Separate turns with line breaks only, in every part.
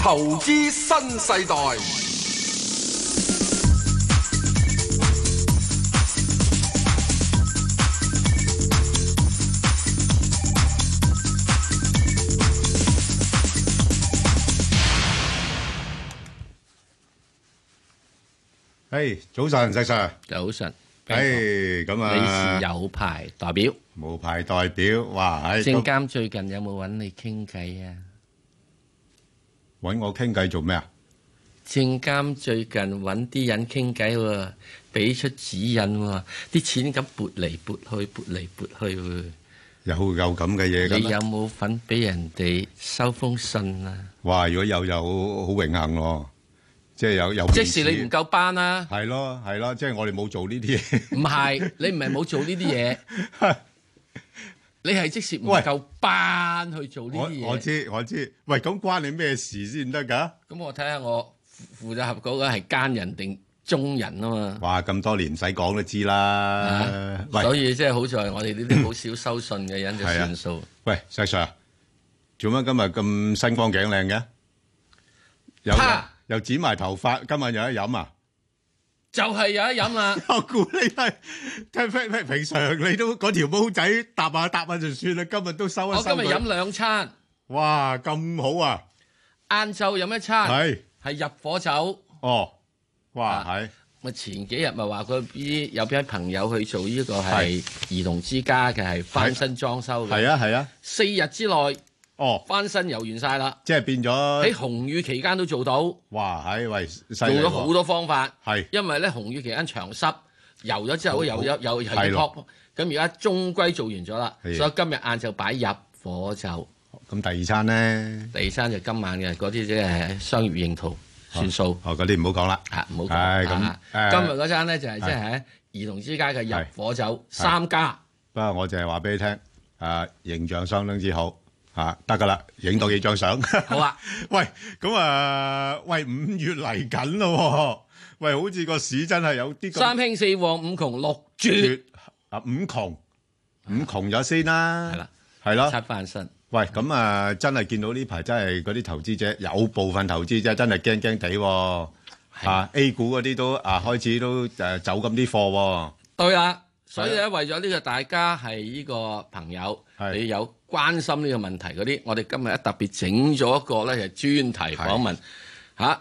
投資新世代，
诶，早晨，石 Sir，
早晨，
诶，咁
你是
哎啊，
有牌代表，
冇派代表，哇，唉，
證
咁
監最近有冇揾你傾偈啊？
搵我傾偈做咩啊？
證監最近揾啲人傾偈喎，俾出指引喎，啲錢咁撥嚟撥去，撥嚟撥去喎。
有有咁嘅嘢
你
㗎
有
咩？
冇份俾人哋收封信啊？
哇，如果有有，好榮幸喎，即係有有面子。
即使你唔夠班啦、
係咯係咯，即係我哋冇做呢啲嘢。
唔係你唔係冇做呢啲嘢， 你係即使唔
喂
夠班去做 呢
我
啲嘢。
我知我知，喂，咁關你咩事先得㗎？
咁我睇下我負責合嗰個係奸人定中人啊嘛。
哇，咁多年唔使講都知啦。喂
所以即係好在我哋呢啲好少收信嘅人就
啊
算數。
喂，石 Sir，做乜今日咁新光頸靚嘅？有
哈
又剪埋頭髮，今晚有得飲啊！
就係有得飲 啦，
我估你係聽平平平常你都嗰條毛仔搭下搭下就算啦，今日都收一
我
收
今日
佢
飲兩餐，
哇咁好啊！
晏晝飲一餐，
係
係入伙酒。
哦，哇
啊
係
咪前幾日咪話佢啲有班朋友去做呢個係兒童之家嘅係翻新裝修嘅，
係啊係啊，
四日之內
哦，
翻新遊完晒啦，
即係變
喺
咗
紅雨期間都做到，做
哇係啊喂，犀利
咗
喎
好多方法。
係
因為咧紅雨期間長濕，遊咗之後又
好
又又又
係
要
咯
pop，咁而家終歸做完咗啦，所
係
以今日晏晝擺入伙酒，
咁第二餐咧，
第三就今晚嘅嗰啲即係商業應圖算數
哦嗰啲唔好講啦，
嚇，唔好
唉
講
咁
啊
誒
今日嗰餐咧就係即係喺兒童之家嘅入伙酒三家，
不過我就係話俾你聽，啊形象相當之好啊，得㗎啦，影到幾張相。
好啊，
喂，咁啊，喂，五月嚟緊咯喎，喂，好似個市真係有啲咁
三興四旺五窮六絕，
絕啊，五窮，五窮咗先啦，
係啦，
係咯
七，翻身。
喂，咁啊，真係見到呢排真係嗰啲投資者有部分投資者真係驚驚地喎，
係
啊 A 股嗰啲都啊開始都誒走咁啲貨喎，
對啦，所以咧為咗呢個大家係呢個朋友，
啊係
你有關心呢個問題嗰啲，我哋今日一特別整咗一個咧係專題訪問嚇，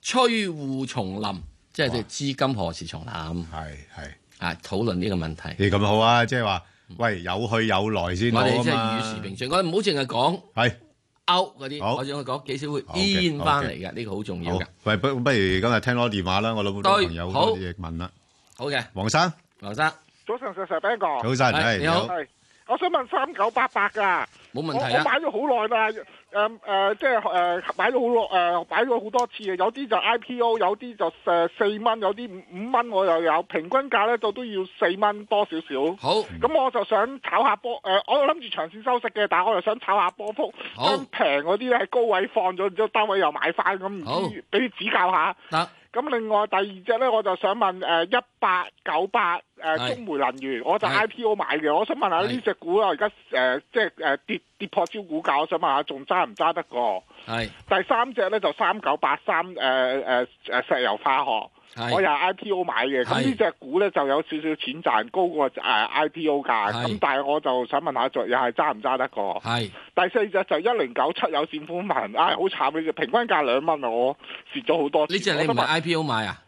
吹護重林，即係資金何時重臨
係係，
啊，討論呢個問題。
咦咁好啊，即係話，喂，有去有來先好
我
啊
哋即
嘛
係與時並進，我哋唔好淨係講
係
out 嗰
好
啲，我想講幾少會
好嘅
in
好嘅
翻嚟嘅，呢個好重要
好
嘅。，
喂，不不如今日聽多電話啦，我老好多
對
朋友
好
多嘢問啦，
好嘅，
黃生。
黃生
早晨，石石 Ben 哥，
早晨，
係，
係，
你好。
你好。
系，我想問三九八八噶，
冇
我我
問題啊。
買咗好耐啦，誒、誒、即係誒、買咗好耐，誒、買咗好多次啊嘅，有啲就 IPO，有啲就誒四蚊，有啲五五蚊我又有，平均價咧就都要四蚊多少少。
好，
咁我就想炒下波，誒、我諗住長線收息嘅，但係我又想炒下波幅，
好
將平嗰啲咧喺高位放咗，然之後單位又買翻，咁
好
唔知俾你指教下。
得
咁另外第二隻咧，我就想問誒一八九八
係
誒中煤能源，我就
係
IPO 買嘅，我想問下
係
呢只股啊，而家誒即係誒跌跌破招股價，我想問下仲揸唔揸得過？
係
第三隻咧就三九八三誒誒誒石油化學，我
係
又係 IPO 買嘅，咁
係
呢只股咧就有少少錢賺，高過呃誒 IPO 價，
係
咁但係我就想問下，就又係揸唔揸得過？
係
第四隻就一零九七有線寬頻，唉好慘呢只，平均價兩蚊啊，我蝕咗好多錢。
呢只你
我
唔
想問
係 IPO 買啊？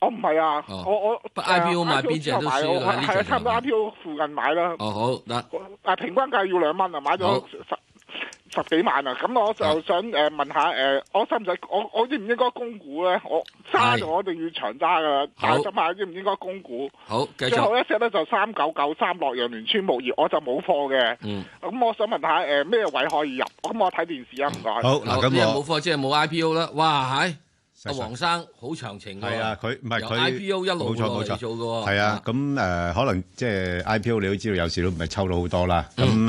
我唔係啊，
哦
我我
不
誒
IPO 買邊隻都輸㗎
我
呢隻
係啊，差唔多
就
IPO 附近買啦。
哦，好得。
誒平均價要兩蚊啊，買咗
好
十十幾萬啊。咁我
啊
就想誒問下誒，我使唔使我我應唔應該供股咧？我揸
係
就我一定要長揸噶啦，但
好
係想問下應唔應該供股？
好，繼
最後
續。
一隻咧就三九九三洛陽聯村木業，我就冇貨嘅。
嗯，
咁我想問下誒咩位可以入？咁我睇電視啊，唔該。
好，
嗱，
嗱，
咁
咁
冇
我，
貨即係冇 IPO 啦。哇，係
石
阿
Sir，
黃生好長情㗎喎。
係啊，佢-唔係，
由
佢-
IPO 一路
冇錯，
落嚟
冇錯。
做㗎喎。
係啊，咁，誒，可能即係 IPO 你都知道有時都唔係抽到好多啦。咁，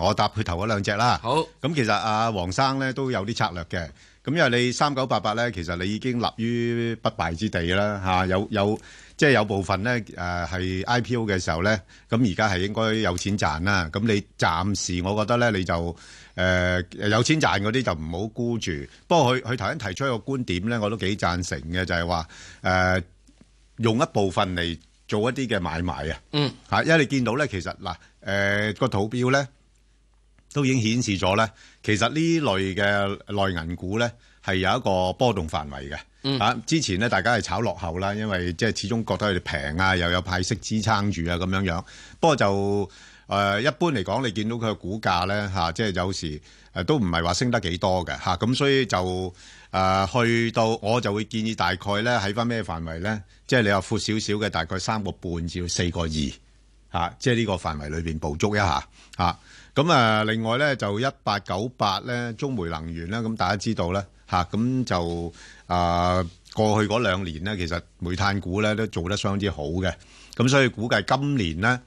誒，我答佢頭嗰兩隻啦。
嗯好
咁其實，啊，黃生呢，都有啲策略嘅。咁因為你3988呢，其實你已經立於不敗之地啦，嚇，有-有-即係有部分呢，誒，係 IPO 嘅時候呢，咁而家係應該有錢賺啦。咁你暫時我覺得呢，你就誒、誒有錢賺嗰啲就唔好沽住。不過佢佢頭先提出一個觀點咧，我都幾贊成嘅，就係話誒用一部分嚟做一啲嘅買賣啊。
嗯，
嚇，因為你見到咧，其實嗱誒個圖表咧都已經顯示咗咧，其實呢類嘅內銀股咧係有一個波動範圍嘅。啊！之前咧，大家係炒落後啦，因為即係始終覺得佢哋平啊，又有派息支撐住啊，咁樣樣。不過就誒、呃一般嚟講，你見到佢嘅股價咧嚇、即係有時誒都唔係話升得幾多嘅嚇，咁、所以就誒、呃去到我就會建議大概咧喺翻咩範圍咧，即係你話闊少少嘅，大概三個半至到四個二。啊，即係呢個範圍裏邊捕捉一下啊。咁啊，另外咧就一八九八咧，中煤能源啦，咁大家知道啦嚇，咁、就啊過去嗰兩年咧，其實煤炭股咧都做得相當之好嘅，咁所以估計今年咧。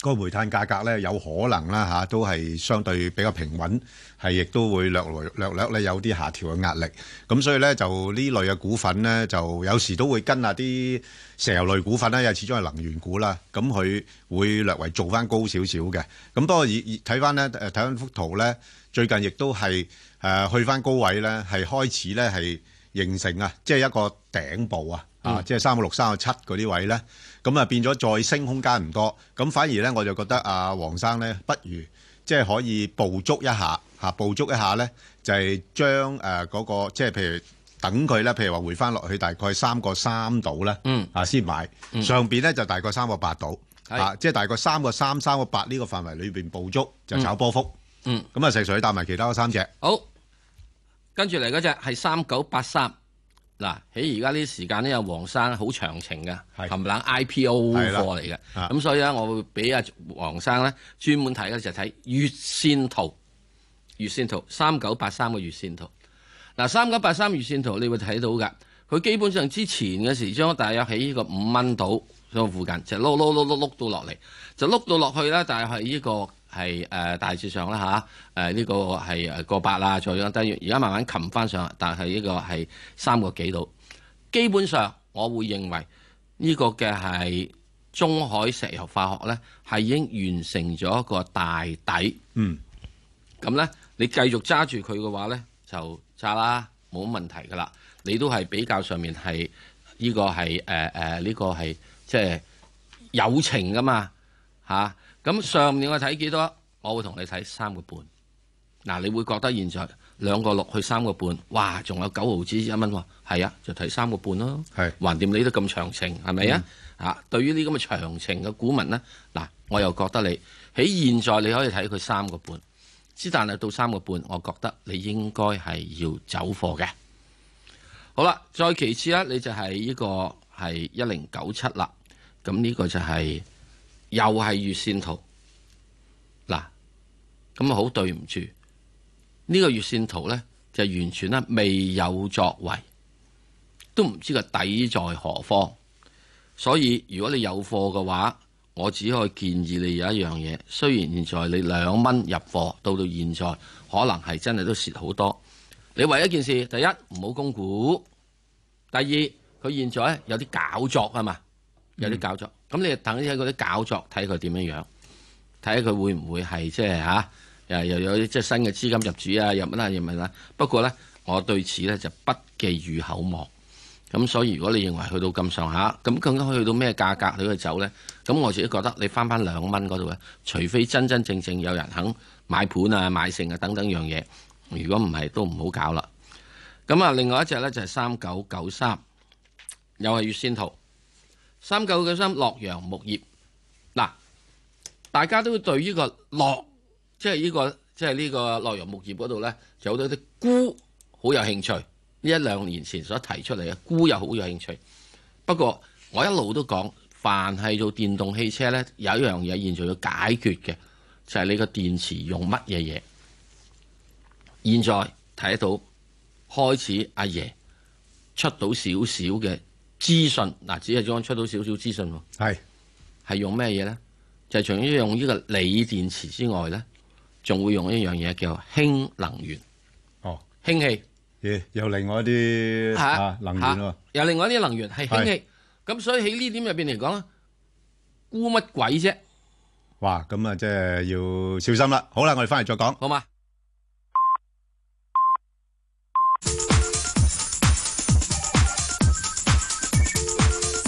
個煤炭價格咧有可能啦嚇、都係相對比較平穩，係亦都會略來略略咧有啲下調嘅壓力。咁所以咧就呢類嘅股份咧，就有時都會跟下啲石油類股份啦，因為始終係能源股啦，咁佢會略為做翻高少少嘅。咁不過而睇翻咧誒睇翻幅圖咧，最近亦都係誒、呃去翻高位咧，係開始咧係形成啊，即係一個頂部啊。啊，即係三個六、三個七嗰啲位咧，咁啊變咗再升空間唔多，咁反而咧我就覺得啊，黃生咧不如即係可以捕捉一下嚇、捕捉一下咧，就係將誒嗰個即係譬如等佢咧，譬如話回翻落去大概三個三度咧，
嗯
啊先買，上邊咧就大概三個八度，
係
啊即係大概三個三、三個八呢個範圍裏邊捕捉就炒波幅，
嗯，
咁啊石水帶埋其他嗰三隻，
好，跟住嚟嗰只係三九八三。嗱，喺而家呢時間呢，有黃生好長情嘅，
係
冚冷 IPO
係啦
貨嚟嘅，
啊
咁所以咧，我會俾阿黃生咧專門睇嘅就睇月線圖，月線圖三九八三嘅月線圖。嗱，三九八三月線圖你會睇到㗎，佢基本上之前嘅時鐘大約喺呢個五蚊度嗰附近，就碌碌碌碌碌到落嚟，就碌到落去啦。但係呢個係誒、呃大致上啦吓，誒、呢、個係誒個八啦，再樣低而家慢慢擒翻上，但係呢個係三個幾度。基本上我會認為呢個嘅係中海石油化學呢，係已經完成咗一個大底。
嗯，
咁呢，你繼續揸住佢嘅話呢，就揸啦，冇乜問題噶啦。你都係比較上面係呢、個係誒誒呢個係即係友情噶嘛嚇。咁、上面我睇幾多？我會同你睇三個半。嗱，你會覺得現在兩個六去三個半，哇，仲有九毫子一蚊喎。係啊，就睇三個半咯。
係
橫掂你都咁長情，係咪啊？啊，對於呢咁嘅長情嘅股民呢，嗱，我又覺得你喺現在你可以睇佢三個半。之但係到三個半，我覺得你應該係要走貨嘅。好啦，再其次咧，你就係呢個係一零九七啦。咁呢個就係、又係月線圖嗱，咁啊好對唔住，呢、個月線圖呢，就完全咧未有作為，都唔知個底在何方。所以如果你有貨嘅話，我只可以建議你有一樣嘢。雖然現在你兩蚊入貨，到到現在可能係真係都蝕好多。你唯一一件事，第一唔好供股，第二佢現在有啲搞作啊嘛，有啲搞作。咁、你就等喺嗰啲搞作睇佢點樣樣，睇下佢會唔會係即係嚇又又有啲即係新嘅資金入主啊，入乜啦，入乜啦。不過呢，我對此呢就不寄予厚望。咁所以如果你認為去到咁上下，咁更加可以去到咩價格你去走呢？咁我自己覺得你翻翻兩蚊嗰度咧，除非真真正正有人肯買盤啊、買剩啊等等樣嘢，如果唔係都唔好搞啦。咁啊，另外一隻呢就係三九九三，又係月線圖，三九九三洛陽木業。嗱，大家都對呢個洛，即係呢個即係呢個洛陽木業嗰度呢，有好多啲菇好有興趣。呢一兩年前所提出嚟嘅菇又好有興趣。不過我一路都講，凡係做電動汽車呢，有一樣嘢現在要解決嘅，就係、你個電池用乜嘢嘢。現在睇得到開始阿爺出到少少嘅資訊，嗱，只係將出到少少資訊喎。
係
係用咩嘢呢？就係除咗用呢個鋰電池之外呢，仲會用一樣嘢叫氫能源、
哦，
氫氣。
咦有另外一啲
嚇
啊能源喎
嚇，有另外啲能源係氫氣。咁所以喺呢點入邊嚟講咧，估乜鬼啫？
哇咁啊即係要小心啦。好啦，我哋翻嚟再講。
好嘛？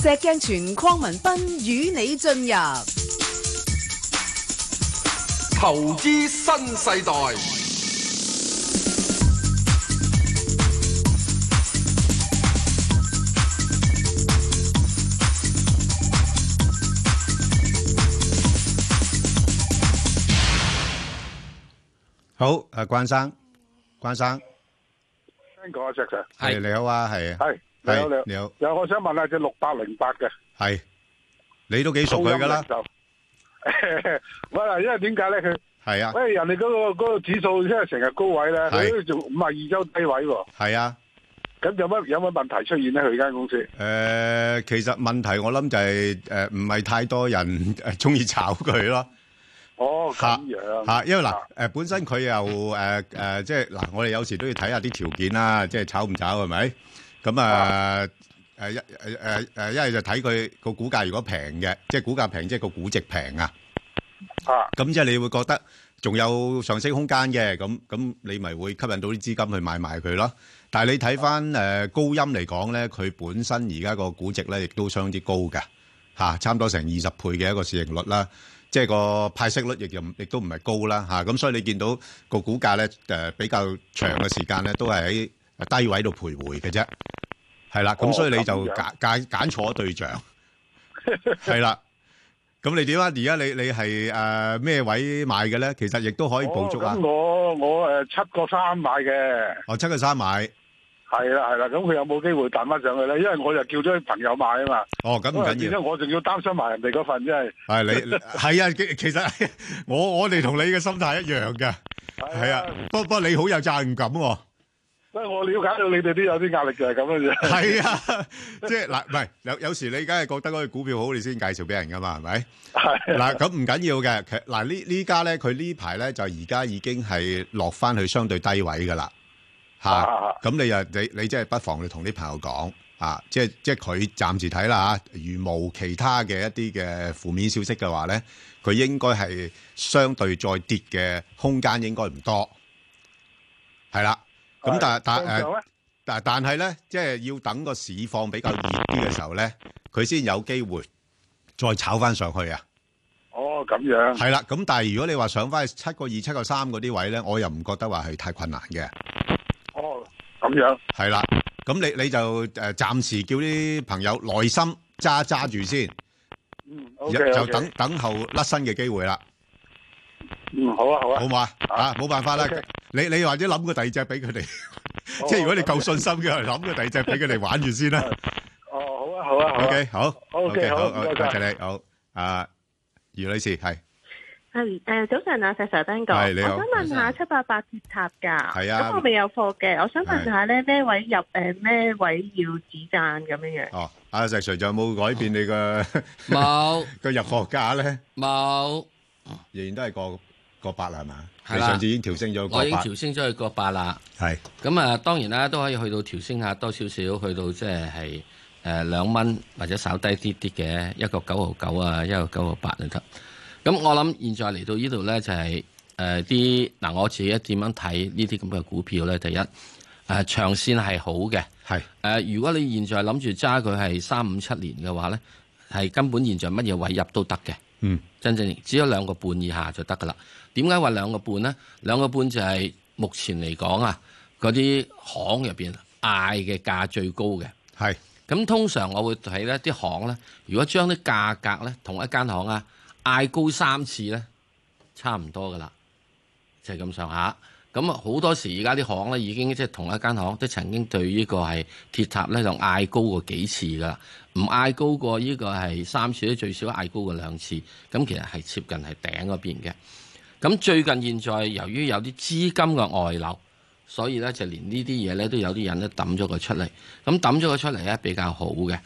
石鏡泉邝文斌與你進入
投資新世代，
好，阿關生，關生，
聽講啊，石 Sir，
係
係你好啊，係啊，
係你好
係
你
你好
好，有我想問下只六百零八嘅，
係你都幾熟佢噶啦，
高音零售。 喂嗱，因為點解咧？佢
係啊，
喂人哋嗰、個嗰、個指數即係成日高位咧，
係
佢都做五廿二周低位喎。
係啊。
咁有乜有乜問題出現咧？佢間公司
誒、其實問題我諗就係誒唔係太多人誒中意炒佢咯
哦
嚇
咁樣
嚇，因為嗱誒、本身佢又誒誒即係嗱，我哋有時都要睇下啲條件啦，即係炒唔炒係咪？咁啊誒一誒誒誒，一係就睇佢個股價如果平嘅，即係股價平，即係個估值平啊。
啊
咁即係你會覺得仲有上升空間嘅，咁咁你咪會吸引到啲資金去買埋佢咯。但係你睇翻誒高音嚟講咧，佢本身而家個估值咧，亦都相之高嘅嚇、差唔多成二十倍嘅一個市盈率啦。即係個派息率亦又唔亦都唔係高啦嚇，咁、所以你見到個股價咧誒、比較長嘅時間咧，都係喺低位度徘徊嘅啫，係啦，咁、
哦
所以你
咁
就
樣
揀揀揀錯咗對象，係啦。咁你點啊？而家你你係誒咩位買嘅咧？其實亦都可以捕捉啊
哦咁！我我誒七個三買嘅，
哦，七個三買，
係啦係啦。咁佢有冇機會彈翻上去咧？因為我就叫咗朋友買啊嘛。
哦咁唔緊
因為
要，
我仲要擔心埋人哋嗰份，真係
係你你係啊！其其實 我我哋同你嘅心態一樣嘅，係啊。不不過你好有責任感喎，
所以我了解到你哋都有啲壓力就係咁樣啫。
係啊， 即係嗱，唔係有有時你梗係覺得嗰個股票好，你先介紹俾人噶嘛，係咪？
係
嗱，咁唔緊要嘅。其嗱呢呢家咧，佢呢排咧就而家已經係落翻去相對低位噶啦，嚇、
啊
咁你又你你即係不妨你同啲朋友講啊，即係即係佢暫時睇啦嚇，如無其他嘅一啲嘅負面消息嘅話咧，佢應該係相對再跌嘅空間應該唔多，係啦。咁但
向
但
上
誒
咧，
但但係咧，即係要等個市況比較熱啲嘅時候咧，佢先有機會再炒翻上去啊。
哦咁樣，
係啦，咁但係如果你話上翻去七個二、七個三嗰啲位咧，我又唔覺得話係太困難嘅。
哦咁樣，
係啦，咁你你就誒暫時叫啲朋友耐心揸揸住先，
嗯，OK
就
Ừ, OK，
就等等候甩身嘅機會啦，
嗯，好啊好啊
好，嘛？
好
啊，冇辦法啦
OK，
你你或者諗個第二隻俾佢哋，
好
即係如果你夠
好
信心嘅，諗個第二隻俾佢哋玩住先啦。
哦，好 啊好啊好啊
OK，好
OK，
，OK，
好
好，
唔
多
該晒
謝你，好，啊，余女士係
係誒，早晨啊，石 Sir 彬哥，
係你好
我想問下七八八鐵塔㗎，
係啊
咁我未有貨嘅，我想問下咧咩位入誒咩位要止賺咁樣樣？
哦，阿石 Sir 仲有冇改變你個
冇
個入貨價咧？
冇，
仍然都係個個八啦係嘛？
係
你
啦
上次已經調升咗
我已
個
經
八，
調升咗去個八啦。
係
咁啊，當然啦，都可以去到調升下多少少，去到即係係誒兩蚊或者稍低啲啲嘅，一個九毫九啊，一個九毫八就得。咁我諗現在嚟到呢度咧，就係誒啲嗱，我自己點樣睇呢啲咁嘅股票咧？第一誒、呃、長線係好嘅，誒、
係
如果你現在諗住揸佢係三五七年嘅話咧，係根本現在乜嘢位入都得嘅。
嗯
真正只有兩個半以下就得噶啦。點解話兩個半呢？兩個半就係目前嚟講啊，嗰啲行入邊嗌嘅價最高嘅。
係
咁通常我會睇呢啲行呢，如果將啲價格呢同一間行啊嗌高三次呢，差唔多噶啦，就係咁上下。咁啊，好多時而家啲行呢已經即係同一間行，都曾經對呢個係鐵塔呢就嗌高過幾次噶啦，唔嗌高過呢個係三次，都最少嗌高過兩次。咁其實係接近係頂嗰邊嘅。咁最近現在由於有啲資金嘅外流，所以咧就連呢啲嘢咧都有啲人咧抌咗佢出嚟。咁抌咗佢出嚟咧比較好嘅。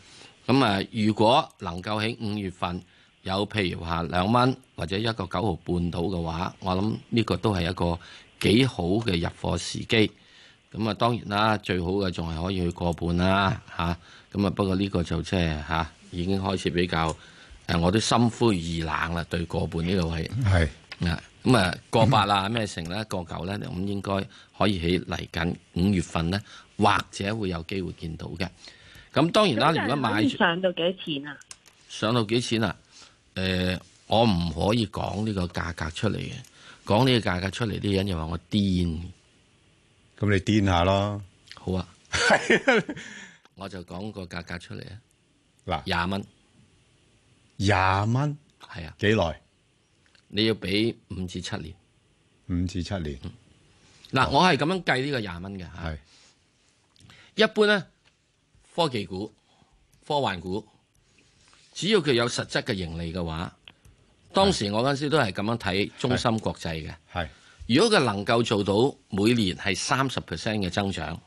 咁啊，如果能夠喺五月份有譬如話兩蚊或者一個九毫半到嘅話，我諗呢個都係一個幾好嘅入貨時機。咁啊，當然啦，最好嘅仲係可以去過半啦，嚇、咁啊，不過呢個就即係嚇已經開始比較誒、我都心灰意冷啦，對過半呢個位。
係。
啊，咁啊，過八 啊，咩成咧，過九咧，咁應該可以喺嚟緊五月份咧，或者會有機會見到嘅。咁當然啦，
咁
如果買
可以
住
上到幾錢啊？
上到幾錢啊？誒、我唔可以講呢個價格出嚟嘅，講呢個價格出嚟啲人又話我癲，
咁你癲下咯，
好啊， 我就講個價格出嚟
嗱，
啊，廿蚊，
廿蚊
係啊，
幾耐？
你要俾五至七年。
五至七年，
嗱，我係咁樣計呢個廿蚊嘅嚇。
係
一般咧，科技股、科幻股，只要佢有實質嘅盈利嘅話，當時我嗰陣時都係咁樣睇中芯國際嘅。
係
如果佢能夠做到每年係三十 percent 嘅增長，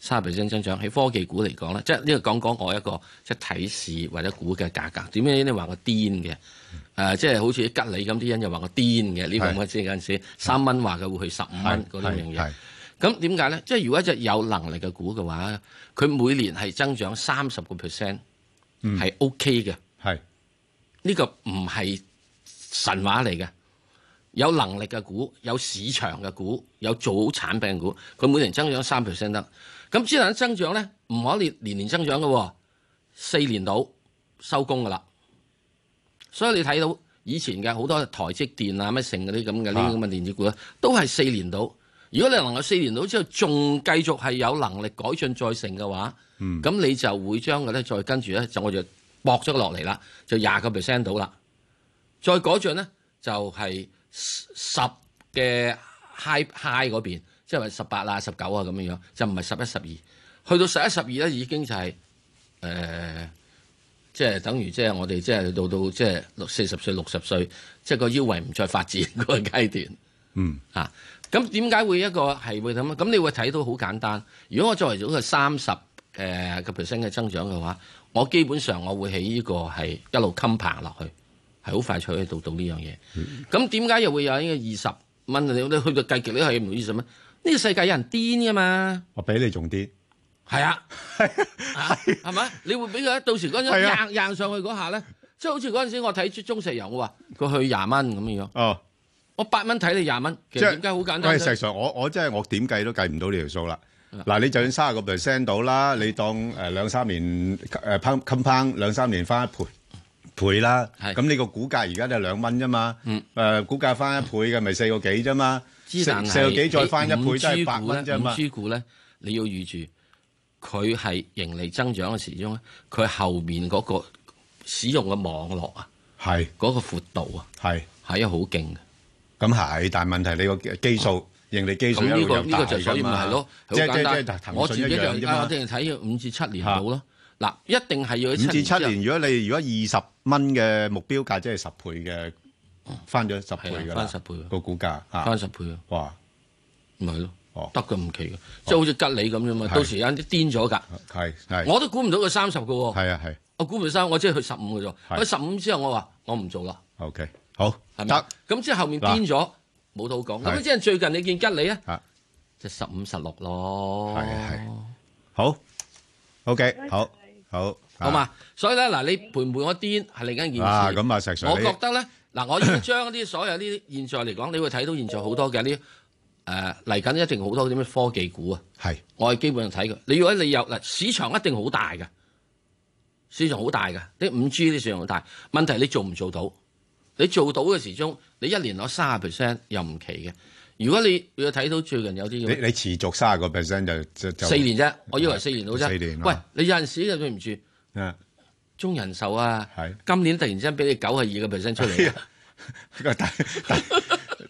三十 percent 增長喺科技股嚟講咧，即係呢個講講我一個即係睇市或者股嘅價格。點解你話我癲嘅？誒、即係好似吉利咁啲人又話我癲嘅呢個
係
咁嘅知嗰陣時，三蚊話佢會去十五蚊
係
嗰啲樣嘢
係。
咁點解咧？即係如果一隻有能力嘅股嘅話，佢每年係增長三十個 percent 係 OK 嘅。
係
呢個唔係神話嚟嘅，有能力嘅股，有市場嘅股，有早產病股，佢每年增長三 percent 得。咁之能增長咧，唔可以年年增長嘅喎，四年到收工噶啦。所以你睇到以前嘅好多台積電啊、咩成嗰啲咁嘅呢啲咁嘅電子股咧，啊都係四年到。如果你能夠四年到之後仲繼續係有能力改進再成嘅話，咁、你就會將佢咧再跟住咧就我就搏咗落嚟啦，就廿個 percent 到啦。再改進咧就係十嘅 high high 嗰邊，即係話十八啊、十九啊咁樣樣，就唔係十一、十二。去到十一、十二咧已經就係、誒、即係等於即係我哋即係到到即係六四十歲、六十歲，即係個腰圍唔再發展嗰個階段。
嗯
啊，咁點解會一個係會咁啊？咁你會睇到好簡單。如果我作為咗個三十誒個 percent 嘅增長嘅話，我基本上我會喺呢個係一路襟棚落去，係好快脆去到到呢樣嘢。
嗯
咁點解又會有呢個二十蚊？啊你你去到計極都係唔二十蚊？呢、個世界有人癲噶嘛？
我比你仲癲，
係啊，啊係咪？你會俾佢到時嗰
係
陣
啊
硬硬上去嗰下咧，即係好似嗰陣時我睇中石油，我話佢去廿蚊咁樣樣，
哦，
我八蚊睇你廿蚊，其實點解好簡單
喂，
啫
石 Sir，我我真係我點計都計唔到呢條數啦。
嗯
嗱，你就算三十個 percent 到啦，你當誒兩三年誒 c o m p o 兩三年翻一倍倍啦，
係
咁你個股價而家都係兩蚊啫嘛
嗯，
誒股價翻一倍嘅咪四個幾啫嘛，
之
四
但係
四個幾再翻一倍都係八蚊啫
五
嘛，
G 股咧，你要預住佢係盈利增長嘅時鐘咧，佢後面嗰個使用嘅網絡啊，
係
嗰、個闊度啊，
係。
係一個好勁嘅。
咁係，但係問題你個基數盈利基數
咁
一
呢、
路
個
又
呢、
大
個就所以咪係咯，
啊
好
即係即係
簡
即係
單。
騰
我自
訊
己
一樣
就
啫
啊，我
嘛。
定係睇五至七年到咯。嗱，一定係要
五
喺
至七
之後
年，如果你如果二十蚊嘅目標價，即係十倍嘅，翻咗十倍㗎
係啊
啦，
翻十倍啊
個股價
翻
嚇，
十倍啊，
哇，
咪係咯。
哦
得嘅唔奇嘅，即係好似吉利咁啫嘛。
係
到時有啲癲咗㗎，
係係
我都估唔到佢三十嘅喎。
係啊係
我估唔到三，我即係去十五嘅啫。
係
喺十五之後，我話我唔做啦。
，OK，好
係咪
得？
咁即係後面
嗱
癲咗，冇到講。咁啊
係
即係最近你見吉利咧
啊，
就十五十六咯。
係係啊好，OK，好好，
好嘛？所以咧嗱，你陪唔陪我癲係另一件事。
啊？啊，咁啊，石 Sir，
我
你
覺得咧嗱，我要將啲所有呢啲現在嚟講，你會睇到現在好多嘅呢誒嚟緊一定好多啲咩科技股啊。
係
我係基本上睇佢。你如果你有嗱，市場一定好大嘅，市場好大嘅，啲五 G 啲市場好大。問題你做唔做到？你做到嘅時鐘，你一年攞三十 percent 又唔奇嘅。如果你你睇到最近有啲
你
咁
你持續三十個 percent 就就就
四年啫，我以為四年到啫。
四年
喂
啊，
你有陣時就對唔住
啊，
中人壽啊
係，
今年突然之間俾你九十二個 percent 出嚟啊，
但但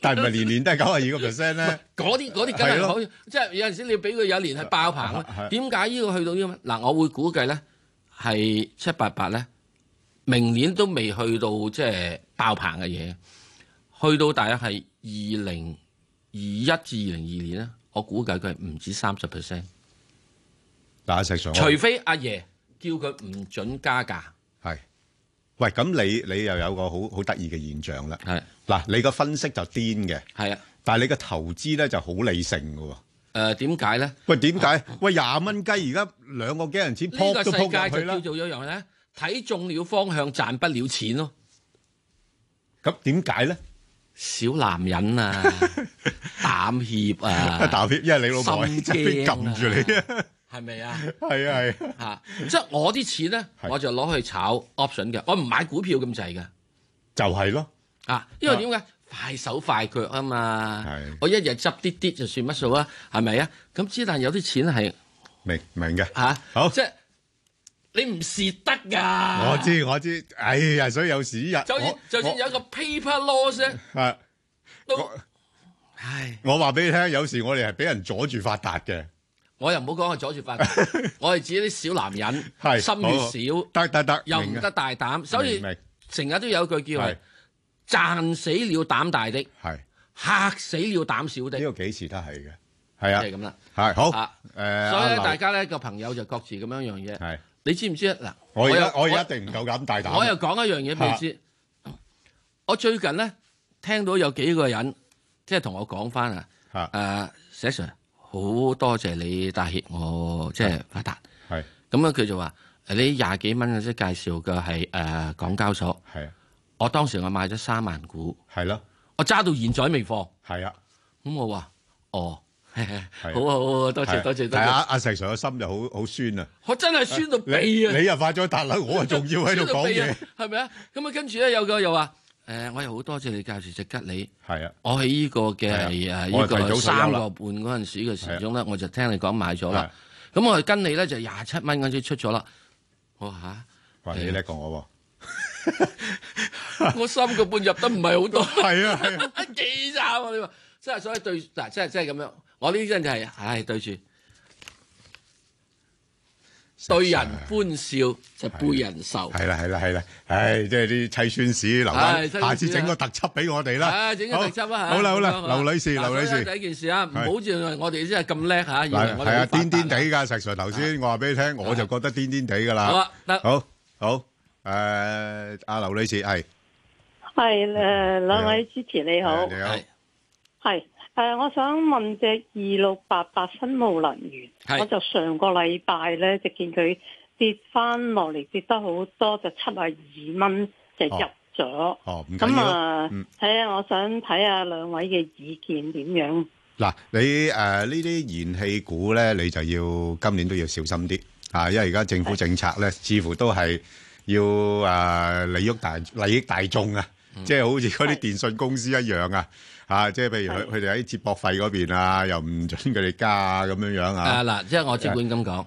但唔係年年都係九廿二個 percent 咧。
嗰啲嗰啲梗
係
係
咯
可以，即係有陣時你俾佢有一年係爆棚啊
係。
點解呢個去到呢咁？嗱，我會估計咧係七八八咧，明年都未去到即係爆棚嘅嘢，去到大約係二零二一至二零二年咧，我估計佢係唔止三十 percent，
嗱，石 Sir，我
除非阿爺叫佢唔準加價，
係。喂，咁你你又有個好好得意嘅現象啦。
係
嗱，你個分析就癲嘅，
係啊。
但係你個投資咧就好理性嘅喎。
誒點解咧？
喂，點解？喂，廿蚊雞而家兩個幾人錢
啊呢
撲
個
都
世
撲
界
入去
就
啦
叫。做一樣咧，睇中了方向賺不了錢咯，
咁點解咧？
小男 人啊，膽怯啊，
啊打撇，因為你老婆喺側邊
啊心驚啊
撳住你啊。
係咪啊？
係啊係啊，
嚇！即係我啲錢咧，
係
我就攞去炒 option 嘅，我唔買股票咁滯嘅。
就係咯，
啊，因為點解快手快腳啊嘛
係，
我一日執啲啲就算乜數啊，係咪啊？咁之但有啲錢係
明明嘅。
嚇，
好
即係你唔蝕得㗎。
哦我，知我知，哎呀，所以有時日
就算
我
就算有一個 paper loss 咧，
我啊，
都
我
唉，
我話俾你聽，有時我哋係俾人阻住發達嘅，
我又唔好講我阻 住發達，我係指啲小男
係
人，心血少
好，得得得，
又
明啊
唔
嘅
得大膽，所以
明明
成日都有句叫係
係
賺死了膽大的，
係
嚇死了膽小的，就
呢個幾時都係嘅，係啊
係，咁啦。
係好
啊
誒，
所以咧，
阿劉
大家咧個朋友就各自咁樣樣嘢。
係
你知唔知啊？嗱，
我而
又
家我而家一定唔夠膽大膽，
我又講一樣嘢俾你知。我最近咧聽到有幾個人即係同我講翻啊，
嚇
誒石 Sir 好多謝你帶挈我，即係發達。
係
咁啊，佢就話：誒你廿幾蚊嘅即係介紹嘅係誒港交所，
係啊
我當時我買咗三萬股，
係咯
我揸到現在未放。
係啊。
咁我話：哦， 好啊好啊，多謝多謝多
係啊
謝。！
阿石 Sir 個心就好好酸啊！
我真係酸到
你
痹啊！
你又發咗達啦，我啊仲要喺度講嘢，
係咪啊？咁啊，跟住咧有個又話誒，我又好多謝你介紹只吉利。
係啊，
我喺呢個嘅
係啊
係誒
我係提
呢
早退
個
休
三
啦
個半嗰陣時嘅時鐘
啊
咧，我就聽你講買咗啦。咁啊我跟你咧就廿七蚊嗰陣時出咗啦。我話
哇！你叻過我
吓，我三個半入得唔係好多，
喎，係啊 係啊，
幾慘啊！你話真係所以對嗱，真係真係咁樣。我呢啲真就係唉對住對人歡笑就背人愁。
係啦係啦係啦，唉，即係啲砌酸史留翻，
唉砌酸史啊
下次整個特輯俾我哋啦，
啊，整個特輯啊！
好好啦好
咁樣
啦，
啊
劉女士
嗱
劉女
所
士
以第。一件事啊，唔
係
好認為我哋真係咁叻嚇，以為
嗱，
我
係
哋
啊，
好發
癲癲
達
地㗎，石 Sir 頭先我話俾你聽，我就覺得癲癲地㗎
好
啦
啊。得
Ờ。
好，好，誒，阿劉女士係，
系诶，两位主持你好，
你好
係，
系诶，誒我想問只二六八八新奧能源，
係
我就上個禮拜咧就見佢跌翻落嚟，跌得好多，就七啊二蚊就入咗。
哦，唔緊
咁
要啊。
啊
嗯，
睇下我想睇下兩位嘅意見點樣。
嗱，你誒呢啲燃氣股咧，你就要今年都要小心啲啊，因為而家政府政策咧，似乎都係要誒、啊利益大利益大眾啊，即係好似嗰啲
係
電信公司一樣啊，啊，即係譬如佢
係
佢哋喺接駁費嗰邊啊，又唔準佢哋加啊咁樣樣
啊
啊，
嗱，即係我即管咁講，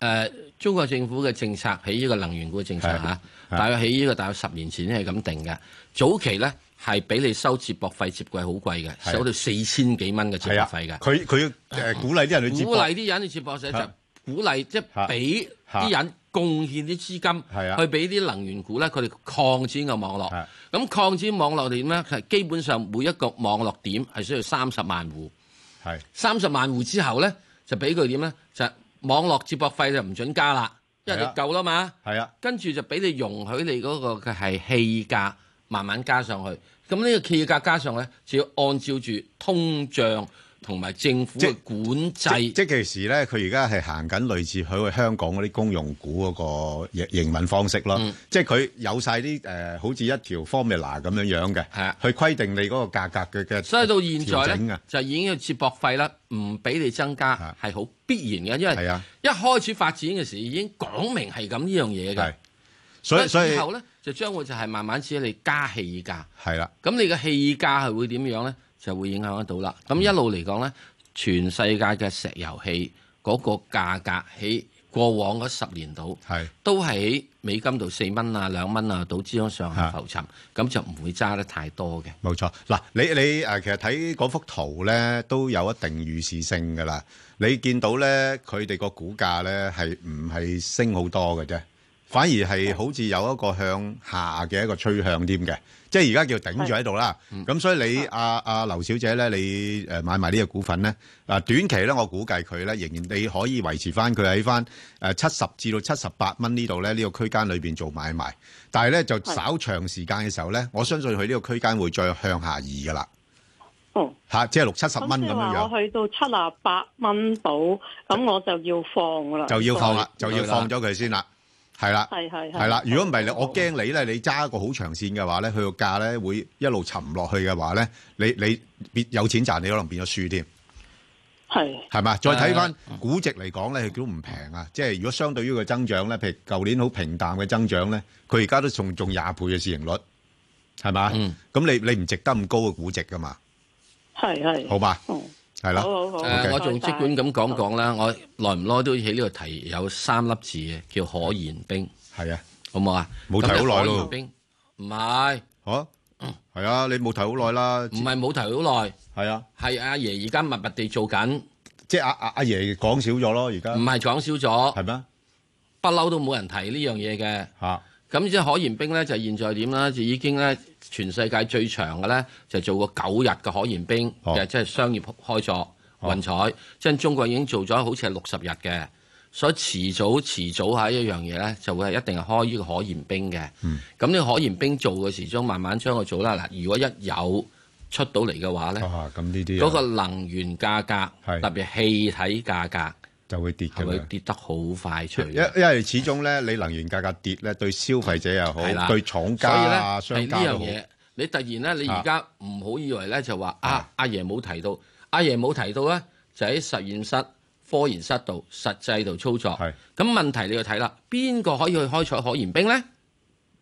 誒中國政府嘅政策喺呢個能源股嘅政策
係
嚇，
係
大約喺呢個大約十年前係咁定嘅。早期咧係俾你收接駁費，接貴好貴嘅，
係
收到四千幾蚊嘅接
係
駁
啊，
費嘅。
佢佢誒鼓勵啲人去接
鼓勵
駁，
啲人去接駁社
係
就鼓勵即係俾啲人貢獻啲
係
資金，
啊
去俾啲能源股咧，佢哋擴展個網絡
係。
咁擴展網絡點咧？係基本上每一個網絡點係需要三十萬戶。
係
三十萬户之後咧，就俾佢點咧？就係網絡接駁費就唔準加啦，因為你
係啊
夠啦嘛。
係啊，
跟住就俾你容許你嗰個嘅係氣價慢慢加上去。咁呢個氣價加上咧，就要按照住通脹同埋政府嘅
即
管
即
制。
即其時咧，佢而家係行緊類似佢去香港嗰啲公用股嗰個營營運方式咯，
嗯
即係佢有晒啲誒好似一條 formula 咁樣樣嘅，
係啊
去規定你嗰個價格嘅嘅，
所以到現在
調整
咧
啊，
就已經要接駁費啦，唔俾你增加係好必然嘅，因
係
為
啊
一開始發展嘅時已經講明係咁呢樣嘢
係
嘅。，
所以所以
以後咧就將會就係慢慢只你加氣價。
係啦，
咁你嘅氣價係會點樣咧？就會影響得到啦。咁一路嚟講咧，全世界嘅石油氣嗰個價格喺過往嗰十年度
係
都係喺美金度四蚊啊、兩蚊啊到之中上下浮沉，咁就唔會揸得太多嘅。
冇錯。嗱，你你誒其實睇嗰幅圖咧，都有一定預示性㗎啦。你見到咧，佢哋個股價咧係唔係升好多嘅啫？反而係好似有一個向下嘅一個趨向添嘅，即係而家叫頂住喺度啦。咁所以你阿阿劉小姐咧，你誒買埋呢個股份咧，啊短期咧，我估計佢咧仍然你可以維持翻佢喺翻誒七十至到七十八蚊呢度咧呢個區間裏邊做買賣，但係咧就稍長時間嘅時候咧，我相信佢呢個區間會再向下移噶啦，
哦，
嚇，即係六七十蚊
咁即
咁
係
樣
話
樣
我去到七啊八蚊到，咁我就要放啦，
就要放啦，
再
就要放咗佢先啦，係啦。
係係
係啦，如果唔係你，我驚你咧，你揸一個好長線嘅話咧，佢個價咧會一路沉落去嘅話咧，你你變有錢賺，你可能變咗輸添。
係
係嘛？再睇翻估值嚟講咧，佢都唔平啊！即係如果相對於個增長咧，譬如舊年好平淡嘅增長咧，佢而家都仲仲廿倍嘅市盈率，係嘛？
嗯
咁你你唔值得咁高嘅估值噶嘛？
係係。
好嘛？
嗯
係啦，
好好好。
誒，我仲
唔
即
該晒
管咁講講啦，我耐唔耐都喺呢度提有三粒字嘅，叫可燃冰，
係啊，
好唔好啊？
冇提好耐咯
咁可燃冰唔係
好
嗯
係啊，你冇睇好耐啦，
唔係冇提好耐，
係啊，
係阿爺而家密密地做緊，唔
即係阿阿阿爺講少咗咯，而家
係講少
係
咗，
咩？
不嬲都冇人提呢樣嘢嘅。
嚇
咁即係可燃冰咧，就現在點啦？就已經咧，全世界最長嘅咧，就做過九日嘅可燃冰，
哦
就即係商業開作運採。即係中國已經做咗好似係六十日嘅，所以遲早遲早係一樣嘢咧，就會係一定係開呢個可燃冰嘅。
嗯
咁呢個可燃冰做嘅時鐘，慢慢將佢做啦。嗱，如果一有出到嚟嘅話咧，
啊，咁呢啲
嗰個
嗰
能源價格，
係
特別氣體價格，
就會跌㗎
係會
啦。
跌得好快脆嘅。
因因為始終咧，你能源價格跌咧，對消費者又
係啦
好，對廠家
所
啊、商
以咧係
家
呢
都
樣
好，啊
嘢，你突然咧，你而家唔好以為咧就話啊，阿爺冇提到，阿爺冇提到咧，就喺實驗室、科研室度實際度操作
係。
咁問題你要睇啦，邊個可以去開採可燃冰咧？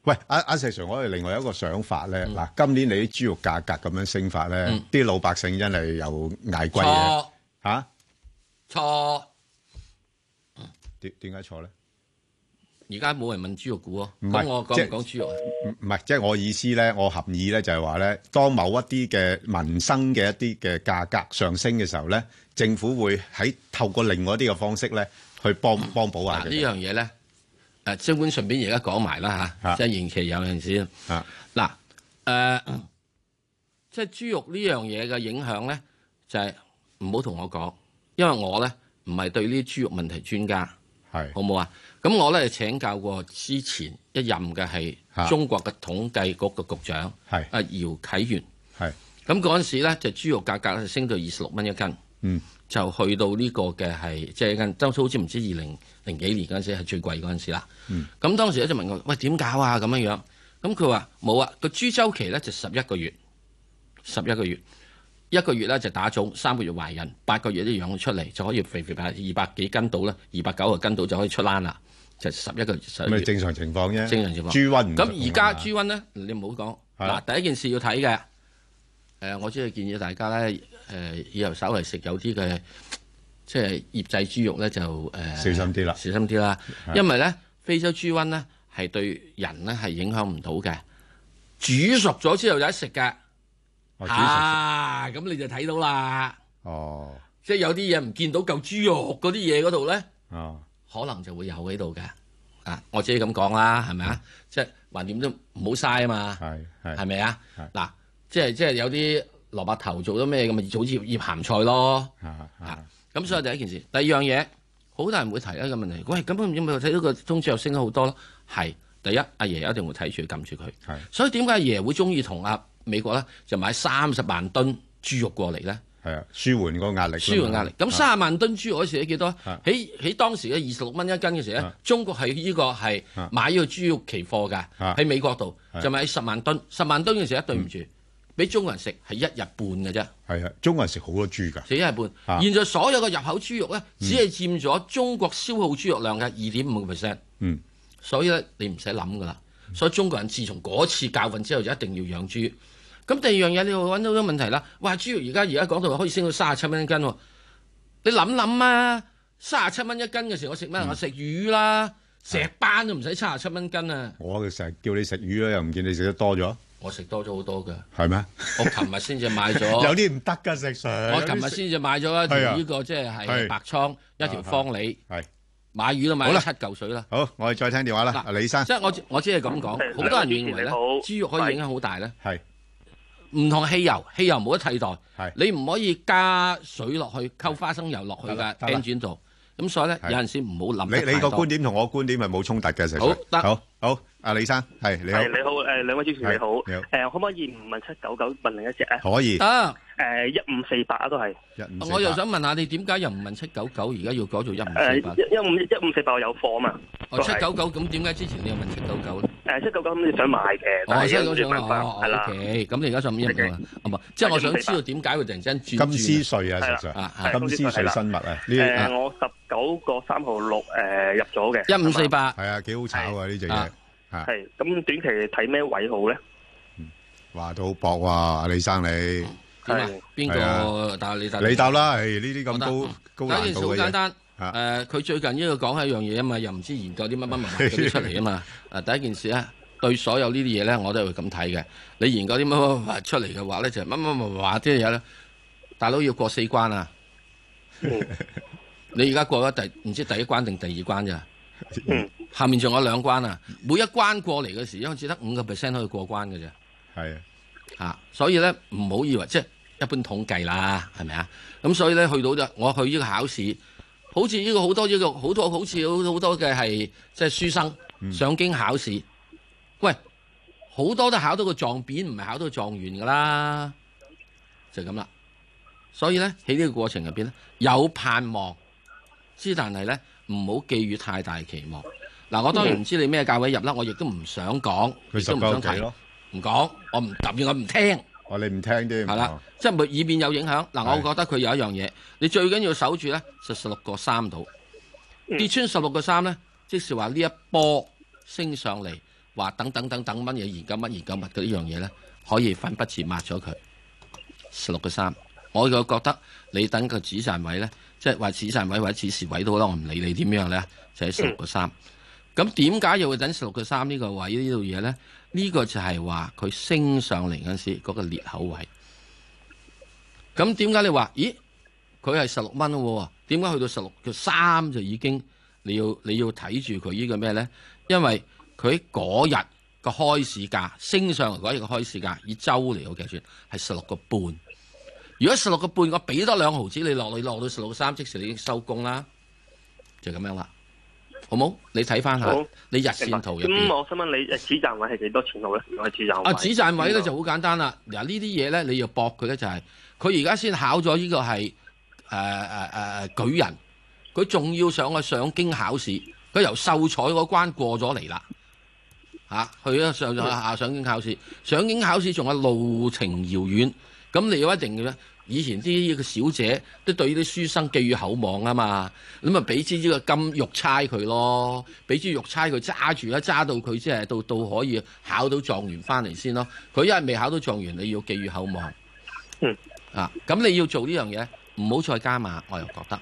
喂，阿阿石 Sir，我哋另外一個想法咧，
嗯
嗱、今年你啲豬肉價格咁樣升法咧，啲、老百姓真係又捱貴嘢
錯
嚇，
錯，
點點解錯咧？
而家冇人問豬肉股喎。
唔係
咁我講
即
唔
係
講豬肉啊？
唔唔係，即係我意思咧，我含意咧就係話咧，當某一啲嘅民生嘅一啲嘅價格上升嘅時候咧，政府會喺透過另外一啲嘅方式咧，去幫幫補下
嗱
佢
呢
哋。
樣嘢咧，誒，即管順便而家講埋啦嚇，
啊
即係延期有陣時。
啊
嗱，誒、即係豬肉呢樣嘢嘅影響咧，就係唔好同我講，因為我咧唔係對呢啲豬肉問題專家，
係
好唔好啊？咁我咧請教過之前一任嘅係
嚇
中國嘅統計局嘅局長，
係
阿啊姚啟源。
係
咁嗰陣時咧，就豬肉價格就升到二十六蚊一斤，
嗯，
就去到呢個嘅係即係間，當初好似唔知二零零幾年嗰陣時係最貴嗰陣時啦。
嗯
咁、當時咧就問我：喂點搞啊？咁樣樣，咁佢話冇啊，個豬周期咧就十一個月，十一個月，一個月咧就打種，三個月懷孕，八個月都養出嚟就可以肥肥白二百幾斤到啦，二百九啊斤到就可以出欄啦，就十一個月十一個
咪
月。
正常情況啫，
正常情況
豬瘟唔同
咁而家
啊
豬瘟咧，你唔好講。
係
嗱，第一件事要睇嘅，誒、我只係建議大家咧，誒、以後稍為食有啲嘅，即係醃製豬肉咧，就誒、
小心啲啦
小心啲啦。因為咧，非洲豬瘟咧係對人咧係影響唔到嘅，煮熟咗之後有得食嘅。
哦主食
啊，咁你就睇到啦，
哦
即係有啲嘢唔見到嚿豬肉嗰啲嘢嗰度咧。
哦
可能就會有喺度嘅。啊，我自己咁講啦，係咪啊？即係橫掂都唔好嘥啊嘛，
係係
係咪啊
係？
嗱，即係即係有啲蘿蔔頭做咗咩咁咪早似醃鹹菜咯。
啊啊
啊，咁所以第一件事，第二樣嘢，好多人會提一個問題，喂，咁咁咪睇到個通脹又升咗好多咯？係，第一，阿爺一定會睇住撳住佢。
係
所以點解阿爺會中意同阿美國咧就買三十萬噸豬肉過嚟咧？
係啊，舒緩個壓力啦嘛，
舒緩壓力。咁三十萬噸豬肉嗰時咧幾多？
啊
喺喺當時嘅二十六蚊一斤嘅時咧
啊，
中國係呢個係
啊
買呢個豬肉期貨㗎，
啊
喺美國度
係
就買十萬噸。十萬噸嘅時咧，對唔
嗯
住，俾中國人食係一日半嘅啫，
係啊，中國人食好多豬㗎，
食一日半。
啊嗯
現在所有嘅入口豬肉咧，只係佔咗中國消耗豬肉量嘅二點五個 percent。
嗯，
所以咧你唔使諗噶啦。所以中國人自從嗰次教訓之後，就一定要養豬。咁第二樣嘢，你會揾到啲問題啦。哇！豬肉而家而家講到可以升到三十七蚊一斤喎，你諗諗啊，三十七蚊一斤嘅時候，我食
嗯
咩？啊我食魚啦，石斑都唔使三十七蚊斤啊！
我成日叫你食魚啦，又唔見你食得多咗，
我食多咗好多噶，
係咩？
我琴日先至買
有
咗，
啲唔得㗎，石 Sir，
我琴日先至買咗一
係啊
條呢個即係係
係啊
白倉一條方梨，
係。
買魚都買
好
咗
啦
七嚿水啦。
好，我哋再聽電話啦，
嗱
阿李生
即係我只我只係 咁講，好多人認為咧，豬肉可以影響好大咧。
係
唔同汽油，汽油冇得替代
係，
你唔可以加水落去，溝花生油落去
得
㗎
啦得
e
啦
n g 度。咁所以咧，有
係
陣時唔好諗得
你你
太
個
多
觀點同我觀點係冇衝突嘅，石 Sir
好得
好好，阿李生係你
係你好，誒兩位主持人你好，
你好
À,
誒可唔可以唔問七九九問另一隻啊？
好，可以
得。
À,
誒一五四八啊都係，
一五四
我又
八
À,
想問下你點解又唔問七九九，而家要改做一五四
誒
八？
一一五一五四八我有貨啊嘛，
哦，七九九咁點解之前你又問七九九咧？
À,
誒七九九咁你想買嘅，但
哦，
係
七九
跟
九
住翻
想
翻
哦
係啦，
ờ, ，OK，咁你而家想一唔啊？啊唔係，即係我想知道點解會突然間轉
金絲
轉
税
係
啊，
啦
實
啊
在
係
金絲税生物啊，呢
誒、
係
我十九個三號六
à,
誒入咗嘅，
Dạ,
一五四八，
啊幾好炒啊呢只嘢
啊，
係咁短期睇咩位好咧？
話到好搏喎，阿李生你
點啊
係？
邊
係
個？但係你但
你答啦，誒呢啲咁
我
高高
答第一
難
件事
度
好
嘅
簡
嘢，
單，
啊
誒佢最近呢個講係一樣嘢啊嘛，又唔知研究啲乜乜乜乜嗰啲出嚟啊嘛。啊第一件事咧，對所有呢啲嘢咧，我都係會咁睇嘅。你研究啲乜乜乜乜出嚟嘅話咧，就係乜乜乜乜啲嘢咧，大佬要過四關啊！你而家過咗第唔知第一關定第二關咋？下面仲有兩關啊！每一關過嚟嘅時，因為只得五個 percent 可以過關嘅啫。
係啊
嚇、所以咧唔好以為即係一般統計啦，係咪啊？咁所以咧去到就我去呢個考試，好似呢個好多呢、個好多好似好好多嘅係即係書
嗯
生上京考試，喂，好多都考到個狀元，唔係考到個狀元噶啦，就係咁啦。所以咧喺呢個過程入邊咧有盼望，之但係咧唔好寄予太大期望。嗱，我當然唔知你咩價位入啦，我亦都唔想講，
佢
亦
十
都唔
九
想提
幾。咯，
唔講，我唔特別我唔聽，
我哋唔聽添，
係啦，即係咪以免有影響。嗱，
係
我覺得佢有一樣嘢，你最緊要守住咧，就十六個三度跌穿十六個三咧，即是話呢一波升上嚟，話等等等等乜嘢研究乜研究物嘅呢樣嘢咧，可以分筆字抹咗佢十六個三。我就覺得你等個止賺位咧，即係話止賺位或者止蝕位都好啦，我唔理你點樣咧，就喺十六個三。咁點解又會等十六個三呢個位呢度嘢咧？呢、個就係話佢升上嚟嗰陣時嗰、個裂口位。咁點解你話？咦，佢係十六蚊喎？點解去到十六個三就已經你要你要睇住佢呢個咩咧？因為佢嗰日個開市價升上嚟嗰日個開市價，以周嚟好計算係十六個半。如果十六個半，我俾多兩毫子你落，你落到十六個三，即時你已經收工啦，就咁樣啦，好冇？你睇翻下
好
你
明
日
白
Dạ,
線圖入邊
咁。我想問
à,
你誒止賺位係幾多錢好咧？我係止賺位。
啊，止賺
Dạ.
位咧就
好。
好簡單啦。嗱，呢啲嘢咧，你要搏佢咧就係佢而家先考咗呢個係誒誒誒舉人，佢仲要上去上京考試，佢由秀才嗰關過咗嚟啦。嚇、去咗上上下上京考試，上京考試仲係路程遙遠，咁你要一定要咧。以前啲個小姐都對啲書生寄予厚望啊嘛，咁咪俾支呢個金玉钗佢咯，俾支玉钗佢揸住啦，揸到佢即係到到可以考到狀元翻嚟先咯。佢因為未考到狀元，你要寄予厚望。
嗯。
啊，咁你要做呢樣嘢，唔好再加碼，我又覺得。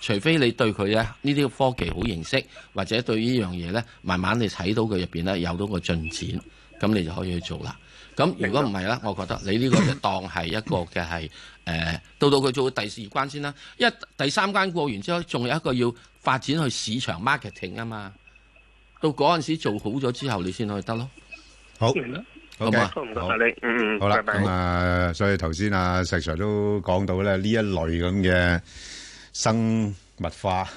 除非你對佢咧呢啲科技好認識，或者對呢樣嘢咧，慢慢你睇到佢入邊咧有到個進展，咁你就可以去做啦。咁如果唔係咧，我覺得你呢個就當係一個嘅係誒，到到佢做到第四關先啦。因為第三關過完之後，仲有一個要發展去市場 marketing 啊嘛。到嗰陣時做好咗之後，你先可以得咯。
好
Dạ,
明白
，OK，
好嘛
唔該
好
晒你，
ừ,
嗯嗯，
好啦，
拜拜
咁啊，所以頭先啊石 Sir 都講到咧呢一類咁嘅生物化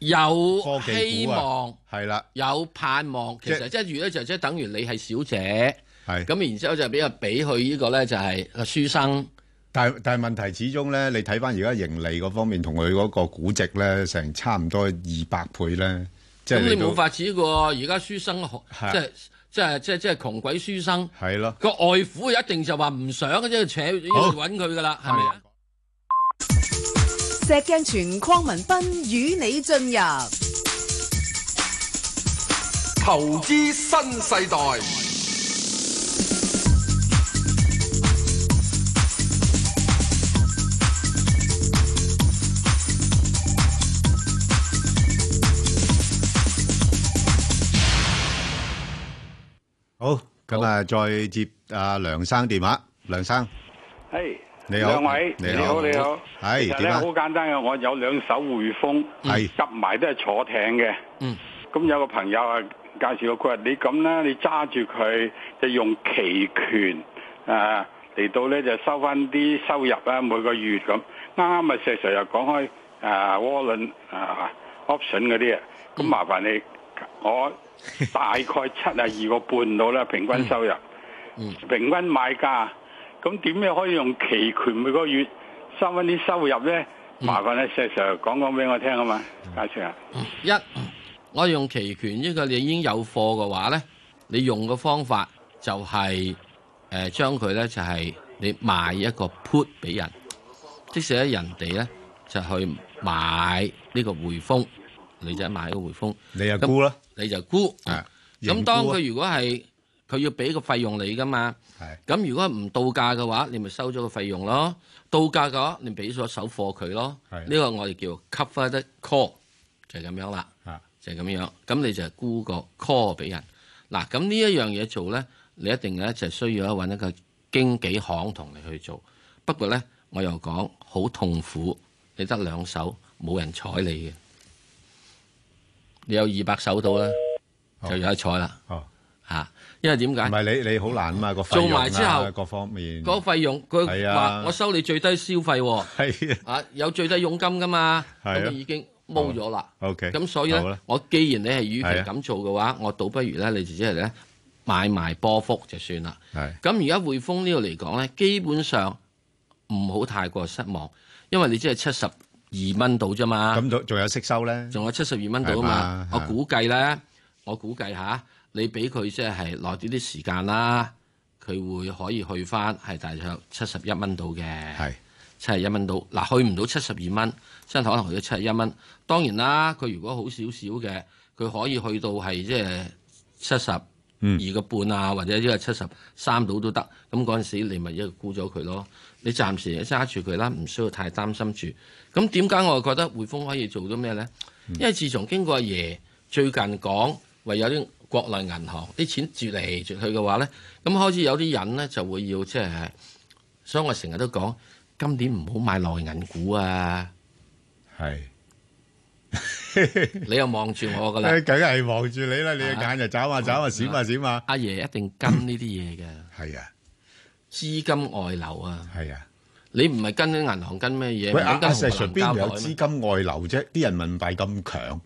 有
科技
希
股啊
望，
係啦，
有盼望，其實即係如咧就即係等於你係小姐。
係。
咁然之後就俾人俾佢呢個咧就係個書生，
但但係問題始終咧，你睇翻而家盈利嗰方面同佢嗰個估值咧，成差唔多二百倍咧，即
咁
係
你
都
冇法子嘅喎。而家書生好
係
即係即係即係即係窮鬼書生，
係咯。
個外父一定就話唔想即係扯要揾佢噶啦，係咪啊？
石鏡泉匡文斌與你進入
投資新世代，
好，咁啊，再接阿梁生電話，梁生
系，
你好
兩位，
你
你
好
好，你好。
係
其實
點
咧
啊
好簡單嘅，我有兩手匯豐，
係
執埋都係坐艇嘅。
嗯。
咁有個朋友啊介紹過，佢話你咁啦，你揸住佢就用期權啊嚟到咧就收翻啲收入啊，每個月咁。啱啊，石 Sir 又講開啊 warrant 啊 option 嗰啲啊，咁麻煩你我大概七啊二個半到啦，平均收入。平均買價，咁點樣可以用期權每個月三分啊啲收入咧？麻煩咧，石 Sir 講講俾我聽啊嘛，介紹下。
一我用期權呢個你已經有貨嘅話咧，你用嘅方法就係、誒、將佢咧就係、你賣一個 put 俾人，即使咧人哋咧就去買呢個匯豐，你就買個匯豐，
你又沽啦，
你就沽。咁
認
當
沽啊
佢如果係佢要俾個費用你噶嘛，咁如果唔到價嘅話，你咪收咗個費用咯；到價嘅話，你俾咗首貨佢咯。
係
呢個我哋叫 cover the call，就係咁樣啦
啊，
就係咁樣。咁你就沽個 call 俾人。嗱，咁呢一樣嘢做咧，你一定咧就需要揾一個經紀行同你去做。不過咧，我又講好痛苦，你得兩手，冇人睬你嘅。你有二百手到啦，就有得睬啦。
哦，
嚇，因為點解？
唔係你你好難啊嘛個費
做
用
埋之
啊
後
各方面
嗰個費用，佢
係啊
話我收你最低消費喎。
係
啊，有最低佣金噶嘛，
係啊
咁你已經冇咗啦。
OK，
咁所以
好
咧
啦，
我既然你係與其
係啊
咁做嘅話，我倒不如咧你自己係咧買埋波幅就算啦。
係
咁而家匯豐呢度嚟講咧，基本上唔好太過失望，因為你只係七十二蚊到啫嘛。
咁仲仲有息收咧？
仲有七十二蚊到啊嘛。我
係嘛
估計咧，我估計下，你俾佢即係耐啲啲時間啦，佢會可以去翻係大約七十一蚊到嘅。係七十一蚊到，嗱去唔到七十二蚊，真係可能去到七十一蚊。當然啦，佢如果好少少嘅，佢可以去到係即係七十。二個半啊，或者呢個七十三到都得，咁嗰陣時你咪一個沽咗佢咯。你暫時揸住佢啦，唔需要太擔心住。咁點解我覺得匯豐可以做到咩呢？因為自從經過阿爺最近講唯有啲國內銀行啲錢絕嚟絕去嘅話呢，咁開始有啲人呢就會要即係，所以我成日都講今年唔好買內銀股 啊。
係，
你又望住我噶啦，
梗係望住你啦，你嘅眼就眨下眨下閃下閃下。
阿爺一定跟呢啲嘢嘅。
係啊，
資金外流啊。
係啊，
你唔係跟啲銀行跟咩嘢？
喂，
唔
阿
係跟
阿石
紅
Sir
藍膠
邊度有
袋
資
咩
金外流啫？啲人民幣咁強，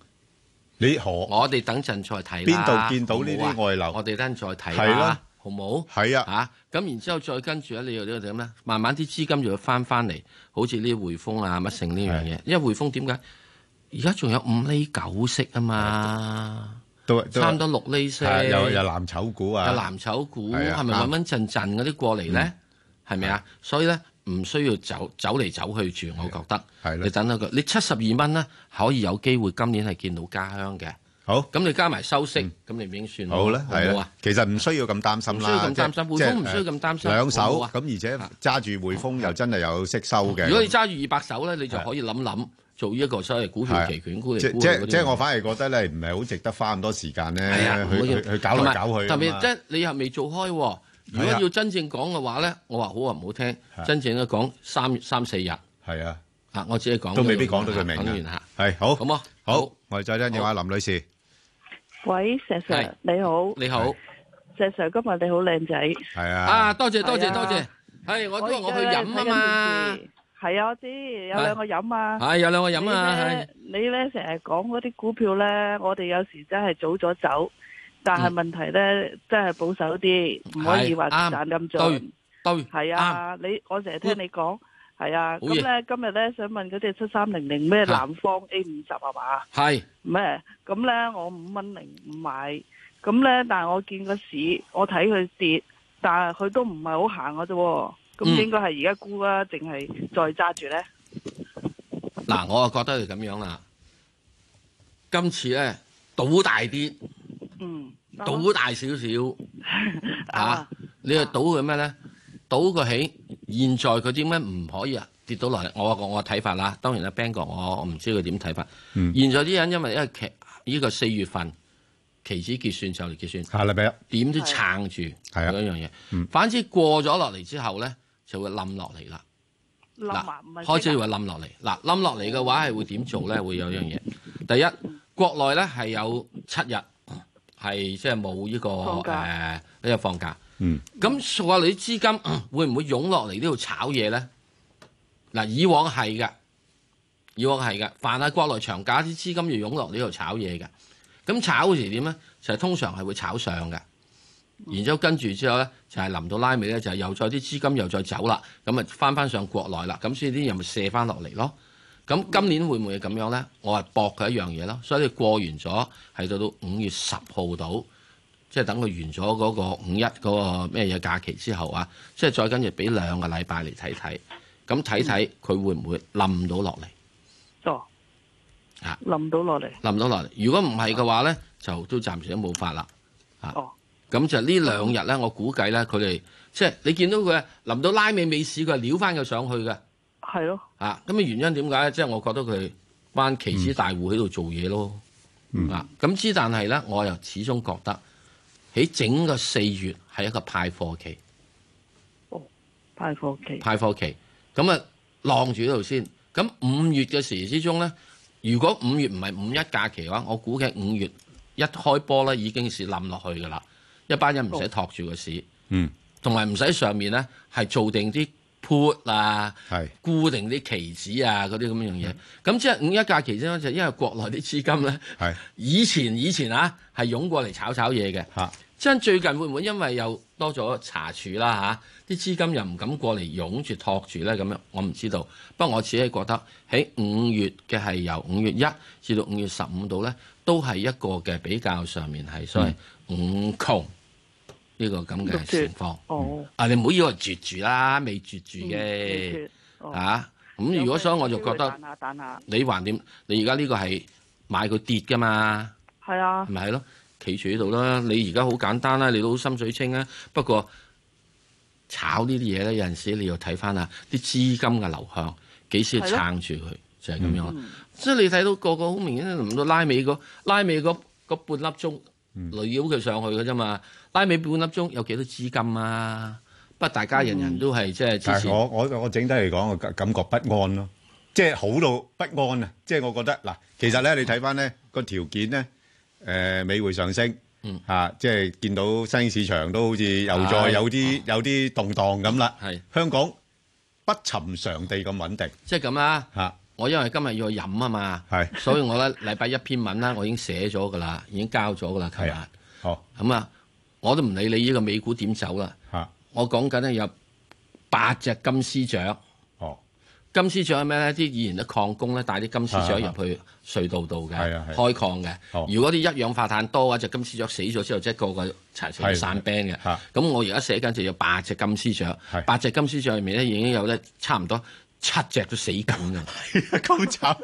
你何
我哋等陣再睇
邊
啦
度見到呢啲
好唔好啊
外流？
我哋等陣再睇
係
啦
啦，
好冇？
係啊，
啊，咁然之後再跟住咧，你又呢個點咧？慢慢啲資金就會翻翻嚟，好似呢啲匯豐啊、乜成呢樣嘢。因為匯豐點解而家仲有五厘九息啊嘛，
都
差唔多六厘息，
係有有藍籌股啊，
有藍籌股
係啊
係咪
啱嗯
穩穩陣陣嗰啲過嚟咧？係咪啊？所以咧唔需要走走嚟走去住，我覺得
係
你等到佢，你七十二蚊咧可以有機會今年係見到家鄉嘅。
好，
咁你加埋收息，咁你已經
嗯
算
好啦，
好
係
冇
啦
啊？，
其實唔需要咁擔心啦，
唔需要咁擔心
即係
匯豐唔
即係
需要咁擔心
誒兩
好唔好
手
啊
咁，而且揸住匯豐又真係有息收嘅。
如果你揸住二百手咧，你就可以諗諗做呢一個所謂股
係
票
啊
期權、股
即
嚟股
即
去嗰啲
即
嘢
我反而覺得咧，唔係好值得花咁多時間咧，
係啊，唔好
去
要
去去搞嚟搞去啊嘛。
同埋特別即係你又未做開喎。如果
係啊
要真正講嘅話咧，我話好話唔好聽
係，
真正咧講三三四日。
係啊，
啊，我只係講
都未必講到佢明
講完
啊
嚇。
係好，
咁啊，
好，我哋再聽電話林女士，
喂，石 Sir 你好，
你好，
石 Sir 今日你好靚仔，
係啊，
啊，多謝多
係
謝
啊
多謝。係，我都話我去飲啊
嘛
嘛。，
係啊，我知有兩個飲啊，
係有兩個飲啊
你
係
咧。你咧成日講嗰啲股票咧，我哋有時真係早咗走，但
嗯
係問題咧真係保守啲，唔可以
係
話
啱
賺咁
對
盡。
對，
係啊，你我成日聽你講，係啊，
好嘢
咁咧今日咧想問嗰只七三零零咩
嚇
南方 A 五十係嘛？
係
咩？咁咧我五蚊零五買，咁咧但係我見個市，我睇佢跌，但係佢都唔係好行嘅啫喎。
嗯
咁應該係而家沽啊，定係再揸住咧？
嗱，我啊覺得係咁樣啦。今次咧賭大啲，
嗯，
賭大少少啊！你係賭佢咩咧？賭佢起現在佢點解唔可以啊？跌到落嚟，我我我睇法啦。當然啦，Bang 哥，我我唔知佢點睇法。
嗯
現在啲人因為因為期呢個四月份期指結算就嚟結算，
下禮拜一
點都撐住
係啊
嗰樣嘢。反之過咗落嚟之後咧，就會冧落嚟啦。
冧
嗱
啊，唔係
開始
升
會
啊
冧落嚟。嗱，冧落嚟嘅話係會點做咧？會有一樣嘢。第一，國內咧係有七日係即係冇呢個
放
誒
假
呢個放假。
嗯。
咁所話你資金嗯會唔會湧落嚟呢度炒嘢咧？嗱，以往係嘅，以往係嘅，凡係國內長假啲資金就湧落呢度炒嘢嘅。咁炒嗰時點咧？就係通常係會炒上嘅。然之後跟住之後咧，就係臨到拉尾咧，就係又再啲資金又再走啦，咁啊翻翻上國內啦，咁所以啲人咪卸翻落嚟咯。咁今年會唔會咁樣呢？我係搏佢一樣嘢咯，所以你過完咗係到到五月十號到，即係等佢完咗嗰個五一嗰個咩嘢假期之後啊，即係再跟住俾兩個禮拜嚟睇睇，咁睇睇佢會唔會冧到落嚟
哦，
啊？
冧到落嚟，
冧到落嚟，如果唔係嘅話呢，就都暫時都冇法啦。啊
哦，
咁就呢兩日呢，我估計呢，佢哋即係你見到佢啊臨到拉尾尾市，佢係撩翻佢上去嘅。
系咯，
啊，咁嘅原因點解咧？即係我覺得佢班期指大户喺度做嘢咯。啊，咁之但係咧，我又始終覺得喺整個四月係一個派貨期，
派貨期，
派貨期。咁啊，晾住呢度先。咁五月嘅時之中咧，如果五月唔係五一假期嘅話，我估計五月一開波咧已經是冧落去㗎啦。一班人唔使托住個市，
嗯，
同埋唔使上面咧係做定啲 put 啊。
係
固定啲期指啊，嗰啲咁樣嘢。咁即係五一假期之後，就因為國內啲資金咧，
係
以前以前啊係湧過嚟炒炒嘢嘅。
嚇
即係最近會唔會因為又多咗查處啦嚇，啲、資金又唔敢過嚟湧住托住咧咁樣，我唔知道。不過我只係覺得喺五月嘅係由五月一至到五月十五度咧，都係一個嘅比較上面係所謂五窮呢個咁嘅情況。
哦，
啊，你唔好以為絕住啦，未絕住
嗯未
嘅
絕哦
嚇。啊咁如果所以我就覺得
彈下彈下，
你還點？你而家呢個係買佢跌噶嘛，
係啊，
咪係咯？企住喺度啦。你而家好簡單啦，你都好心水清啊。不過炒呢啲嘢咧，有陣時你要睇翻啊啲資金嘅流向幾時
係咯嗯
撐住佢，就係咁樣啦。即係你睇到個個好明顯，臨到拉尾嗰拉尾嗰嗰半粒鐘，累繞佢上去嘅啫嘛。拉尾半粒鐘有幾多資金啊？不過大家人
嗯
人都係即係之
但係我
前
我我整體嚟講，我感感覺不安咯，即係好到不安啊！即係我覺得嗱，其實咧你睇翻咧個條件咧，誒、美匯上升，
嗯
嚇、即係見到新興市場都好似又
係
再有啲有啲動盪咁啦。
係
香港不尋常地咁穩定
即係咁啦。
嚇，啊
我因為今日要去飲啊嘛，
係
所以我咧禮拜一篇文啦，我已經寫咗噶啦，已經交咗噶啦，琴
係啊
日
好
咁啊，我都唔理你呢個美股點走啦。
嚇，
我講緊咧有八隻金絲雀，
哦，
金絲雀係咩咧？啲以前啲礦工咧帶啲金絲雀入去隧道度嘅，
啊係啊係啊
開礦嘅。
哦
如果啲一氧化碳多嘅隻金絲雀死咗之後，即係個個齊齊
係
散 band 嘅。
嚇
咁我而家寫緊就有八隻金絲雀，
係
八隻金絲雀入面咧已經有咧差唔多七隻都死緊㗎啦。
咁慘，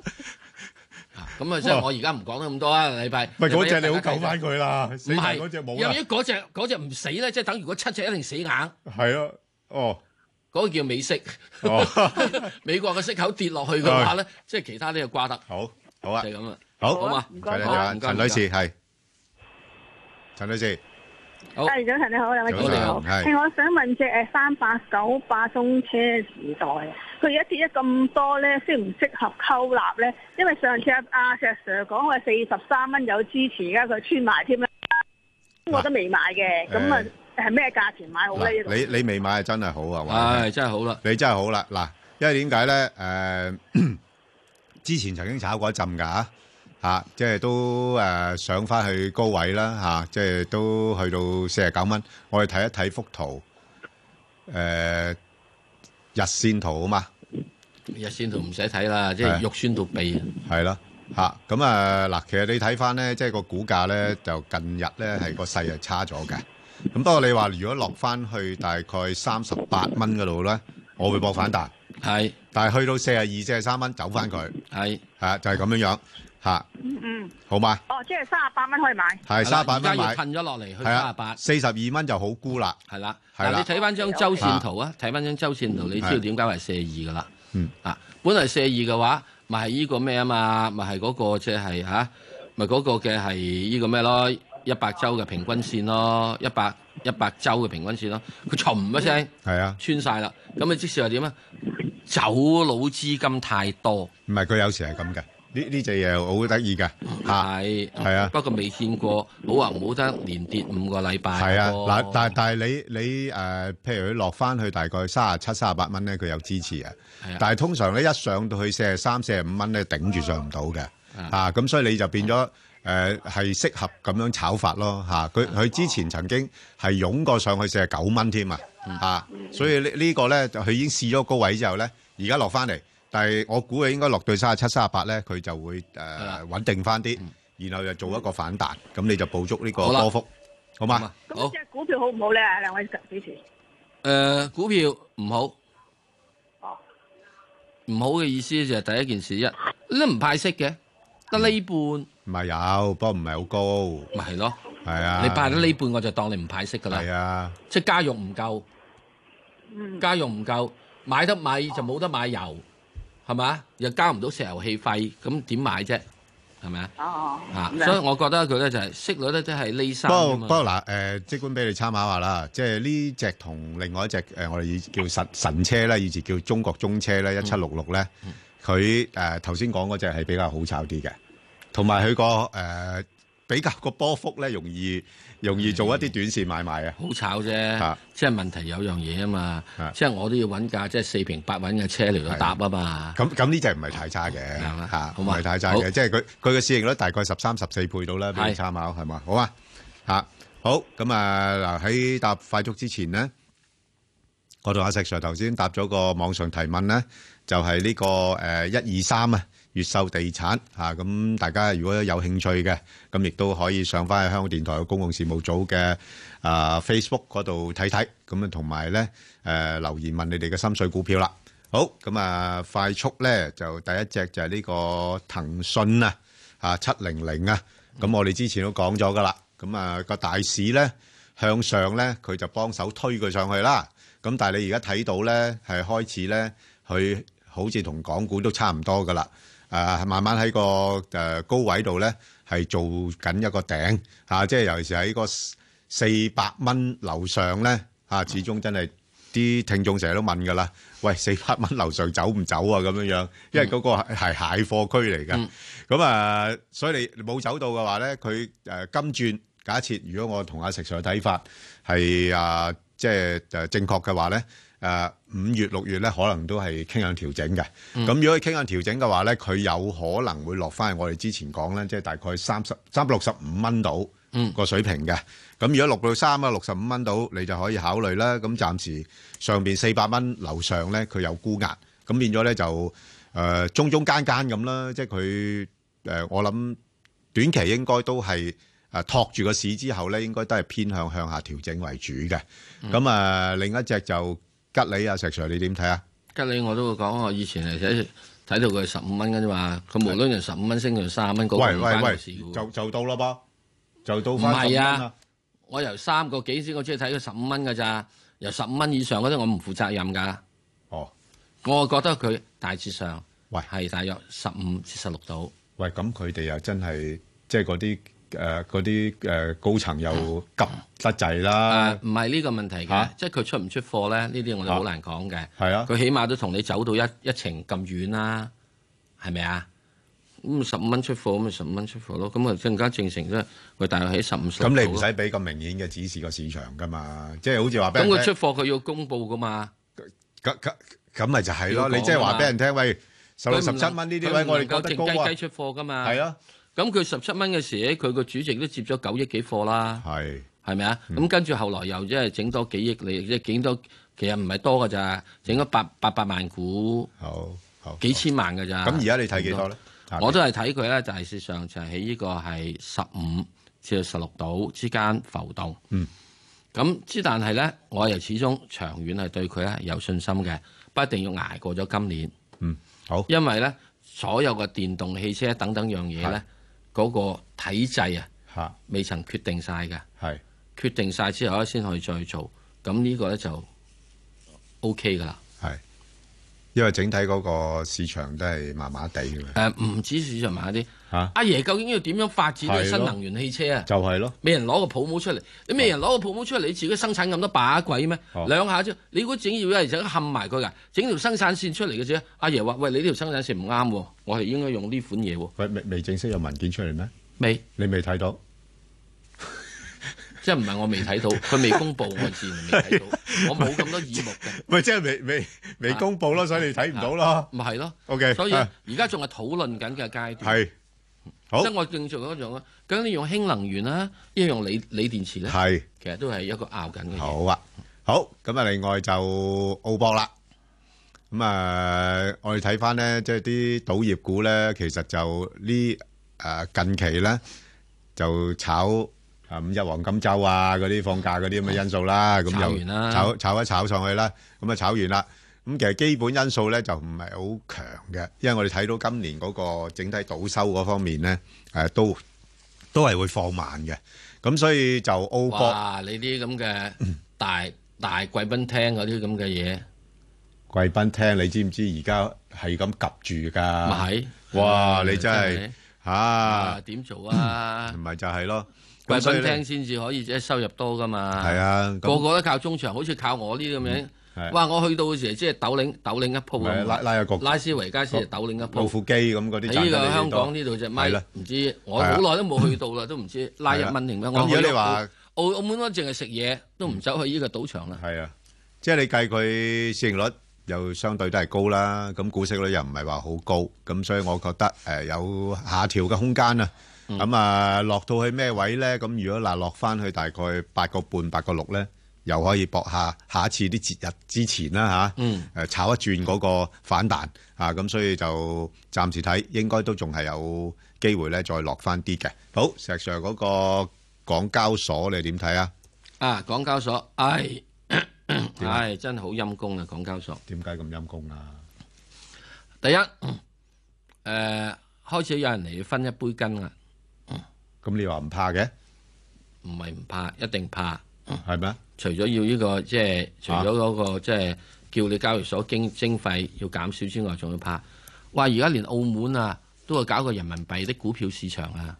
咁啊，即係
哇
我而家唔講得咁多啊，禮拜。
喂，嗰只
隻
你好救翻佢啦，死
唔
埋
係
嗰只冇啊
因為
啦，
嗰隻嗰隻唔死咧，即係等於嗰七隻一定死硬，嗰、
係啊，哦，
個叫美息。
哦
美國嘅息口跌落去嘅話咧，即係其他啲就掛得，
好，好啊
就。係咁啦。
好，
好啊唔該
陳女士，
好唔該
陳女士，係。陳女士，
好
系早晨你好，兩位主持
早晨
好。
係
係我想問只誒三八九八中車時代，啊佢而家跌咗咁多咧，適唔適合溝納咧？因為上次阿阿石 Sir 講話四十三蚊有支持，而家佢穿埋添啦，啊我都未買嘅。咁啊
誒，
係咩價錢買好咧？呢度
嗱，你-你未買真係好啊，話你聽。
唉，真係好啦。
你真係好啦，嗱，因為點解呢？誒，呃呃之前曾經炒過一陣㗎，啊，即係都，誒，上返去高位啦，啊，即係都去到49蚊。我哋睇一睇幅圖，誒，日線圖啊嘛，
日線圖唔使睇啦，即係
係
肉酸到痹啊！
係啦，嚇咁啊嗱，其實你睇翻咧，即係個股價咧，就近日咧係個勢係差咗嘅。咁不過你話如果落翻去大概三十八蚊嗰度咧，我會搏反彈，
係
但係去到四廿二、四廿三蚊走翻佢，
係。
係啊就係咁樣樣嚇，
嗯嗯，
好嘛？
哦，即係三十八蚊可以買。
係三十八
而
蚊
家要
買，
褪咗落嚟去
係
三十
啊
八，，
四十二蚊就好沽啦。
係啦。
係
嗱，
啦
你睇翻張周線圖啊，睇翻張周線圖，你知道
係
點解係四二㗎啦。
嗯
啊，本來四二嘅話，咪係呢個咩啊嘛，咪係嗰個即係嚇，咪嗰個嘅係呢個咩咯，一百周嘅平均線咯，一百一百周嘅平均線咯，佢沉一聲
係啊，
穿晒啦，咁你即使話點啊？走佬資金太多，
唔係佢有時係咁嘅，呢呢只嘢好得意嘅嚇。
係
係啊
不過未見過，好話唔好得，連跌五個禮拜喎。
係啊，嗱，但但係你你誒，譬如佢落翻去大概三十七、三十八蚊咧，佢有支持啊。
係啊
但係通常咧一上到去四十三、四十五蚊咧，頂住上唔到嘅
啊嗯
啊，咁所以你就變咗誒係適合咁樣炒法咯嚇。
啊
佢佢之前曾經係湧過上去四十
嗯
九蚊添啊，啊，所以呢呢個咧就佢已經試咗高位之後咧，而家落翻嚟但係我估佢應該落到三十七、三十八咧，佢就會诶穩定翻啲，然後又做一個反彈，咁你就捕捉呢個
嗯好啦
波幅，好
啊
嘛？
咁只股票好唔好咧？兩位主持，
诶、呃股票唔好，唔好嘅意思就係第一件事一，你都唔派息嘅，得呢半，
唔係有，不過唔係好高，
咪係咯，
係啊，
你派咗呢半我就當你唔派息噶啦，
係啊，
即係家用唔夠，
嗯
家用唔夠，買得米就冇得買油，係咪？又交唔到石油氣費，咁點買啫？係咪啊？
哦，
啊，
咁樣
所以我覺得佢咧就係息率咧都係呢
不
三啊
過
㗎
不
嘛
過嗱，誒、呃即管俾你參考下啦，即係呢只同另外一隻誒、呃我哋以前叫神神車咧，以前叫中國中車咧，一七六六咧，佢誒頭先講嗰只係比較好炒啲嘅，同埋佢個誒比較個波幅咧，容易容易做一啲短線買賣啊，
好炒啫，
啊
即係問題有樣嘢啊嘛，即係我都要揾架即係四平八穩嘅車嚟到搭啊嘛。
咁咁呢只唔係太差嘅嚇，唔係太差
好
嘅，即係佢佢嘅市盈率大概十三十四倍到啦，俾你
係
參考係嘛？好啊嚇，好咁啊嗱喺搭快速之前咧，我同阿石 Sir 頭先答咗個網上提問咧，就係呢個誒一二三啊。越秀地產嚇，咁、大家如果有興趣嘅，咁亦都可以上翻去香港電台嘅公共事務組嘅啊、Facebook 嗰度睇睇，咁啊同埋咧誒留言問你哋嘅心水股票啦。好，咁啊快速咧就第一隻就係呢個騰訊啊，啊七零零啊，咁我哋之前都講咗噶啦，咁啊個大市咧向上咧，佢就幫手推佢上去啦。咁但係你而家睇到咧，係開始咧，佢好似同港股都差唔多噶啦。啊，慢慢喺個誒高位度咧，係做緊一個頂啊，即係尤其是喺個四百蚊樓上咧啊，始終真係啲聽眾成日都問噶啦，喂，四百蚊樓上走唔走啊？咁樣樣，因為嗰個係係蟹貨區嚟㗎。咁啊，所以你冇走到嘅話咧，佢誒金轉。假設如果我同阿石 Sir 嘅睇法係啊，即係誒正確嘅話咧，誒五月六月咧可能都係傾向調整嘅。咁、
嗯
如果佢傾向調整嘅話咧，佢有可能會落翻去我哋之前講咧，即係大概三十三百六十五蚊度個水平嘅。咁如果落到三百六十五蚊度，你就可以考慮啦。咁暫時上邊四百蚊樓上咧，佢有沽壓，咁變咗咧就誒、中中間間咁啦，即係佢誒我諗。短期應該都係誒托住個市之後咧，應該都係偏向向下調整為主嘅。咁啊、另一隻就吉利啊，石 Sir 你點睇啊？
吉利我都會講，我以前係睇睇到佢十五蚊嘅啫嘛，佢無論由十五蚊升到三十蚊嗰個
喂
唔
喂
關我
喂
事，
就就到啦噃，就到
唔
翻
係啊，我由三個幾先，我只係睇佢十五蚊㗎咋，由十五蚊以上嗰啲我唔負責任㗎。
哦，
我覺得佢大致上
喂
係大約十五至十六度。
喂，咁佢哋又真係即係嗰啲誒嗰啲誒高層又急得滯啦。
啊唔係呢個問題嘅，
嚇
即係佢出唔出貨咧？呢啲我哋好難講嘅。
係啊
佢起碼都同你走到一一程咁遠啦，係咪啊？咁十五蚊出貨，咁咪十五蚊出貨咯。咁啊，更加正常啫。佢大約喺十五
咁你唔使俾咁明顯嘅指示個市場噶嘛，即係好似話俾
咁
人
佢
聽
出貨，佢要公佈噶嘛？
咁咁咁咪就係咯，
要講
你即係話
嘛
俾人聽，喂，十六十七蚊呢啲位我哋覺
夠
得
靜
高啊
雞雞。出貨噶嘛。
係啊。
咁佢十七蚊嘅時咧，佢個主席都接咗九億幾貨啦。
係。
係咪
嗯
啊？咁跟住後來又即係整多幾億，你即係整多，其實唔係多㗎咋，整咗八八百萬股。
好。好。
幾千萬㗎
哦
咋？嗯
咁而家你睇幾多咧？
我都係睇佢咧，就係事實上就係喺呢個係十五至到十六度之間浮動。
嗯。
咁之但係咧，我又始終長遠係對佢咧有信心嘅，不一定要捱過咗今年。
嗯，好。
因為咧，所有嘅電動汽車等等樣嘢咧，嗰個體制啊，
嚇
未曾決定晒嘅。
係。
決定晒之後咧，先可以再做。咁呢個咧就 O K 㗎啦。
因為整體嗰個市場都係麻麻地嘅。
誒，唔止市場麻啲
嚇，
阿爺究竟要點樣發展呢個
係咯
新能源汽車啊？
就係咯。
咩人攞個泡沫出嚟？你咩人攞個泡沫出嚟？你自己生產咁多把鬼咩？
哦
兩下啫，你估整要一嚟整冚埋佢㗎？整條生產線出嚟嘅啫。阿爺話：喂，你呢條生產線唔啱喎，我係應該用呢款嘢喎。
喂，未未正式有文件出嚟咩？
未，
你未睇到？
即係唔係我未 睇到，佢未公布，我自然未睇到，我冇咁多耳目嘅。
咪即係未未未公佈咯，所以你睇唔到咯。
咪係咯。
OK，
所以
啊
而家仲係討論緊嘅階段。
係。好
即係我正做嗰種啊，究竟你用氫能源啦，一用鋰鋰電池咧，
係
其實都係一個拗緊嘅嘢。
好啊，好。咁啊，另外就澳博啦。咁啊，我哋睇翻咧，即係啲賭業股咧，其實就呢誒近期咧就炒啊五一黃金周啊嗰啲放假嗰啲咁嘅因素啦，咁
炒
又
完啦
炒炒一炒上去啦，咁啊炒完啦。咁其實基本因素咧就唔係好強嘅，因為我哋睇到今年嗰個整體賭收嗰方面咧，誒、都都係會放慢嘅。咁所以就澳博
哇！你啲咁嘅
嗯
大大貴賓廳嗰啲咁嘅嘢，
貴賓廳，你知唔知而家係咁夾住㗎？
咪係
啊哇！
嗯
你真
真
係
係
嚇
啊，點做啊？
咪就係咯，
貴
咁所以
賓
咧
廳先至可以即係收入多噶嘛。
係啊咁嗯
個個都靠中場，好似靠我呢咁
係
樣。哇！我去到嘅時候即係斗領斗領一鋪
咪
咁
拉拉一個
拉斯維加斯就斗領一鋪。
老虎機咁嗰啲賺得
呢個
你
香
多
港呢度只
係
咪
啦
唔知，我
係啊
好耐都冇去到啦，都唔知拉一蚊定咩。
係啊啦咁
我
如果
去
你話
澳澳門我淨係食嘢，都唔走去呢個賭場啦。
係啊，即係你計佢市盈率又相對都係高啦，咁股息率又唔係話好高，咁所以我覺得誒、有下調嘅空間啊。咁、啊，落到去咩位咧？咁如果嗱落翻去大概八個半、八個六咧，又可以搏下下一次啲節日之前啦吓，
嗯
誒炒一轉嗰個反彈啊，咁所以就暫時睇應該都仲係有機會咧，再落翻啲嘅。好，石 Sir 嗰個港交所你點睇啊？
啊，港交所，唉，唉，真係好陰公啊！港交所
點解咁陰公啊？
第一，誒開始有人嚟分一杯羹啊，
咁你話唔怕嘅？
唔係唔怕，一定怕。
係咩？
除咗要呢個即係，除咗嗰個即係叫你交易所經徵費要減少之外，仲要怕。哇！而家連澳門啊，都係搞個人民幣的股票市場啊。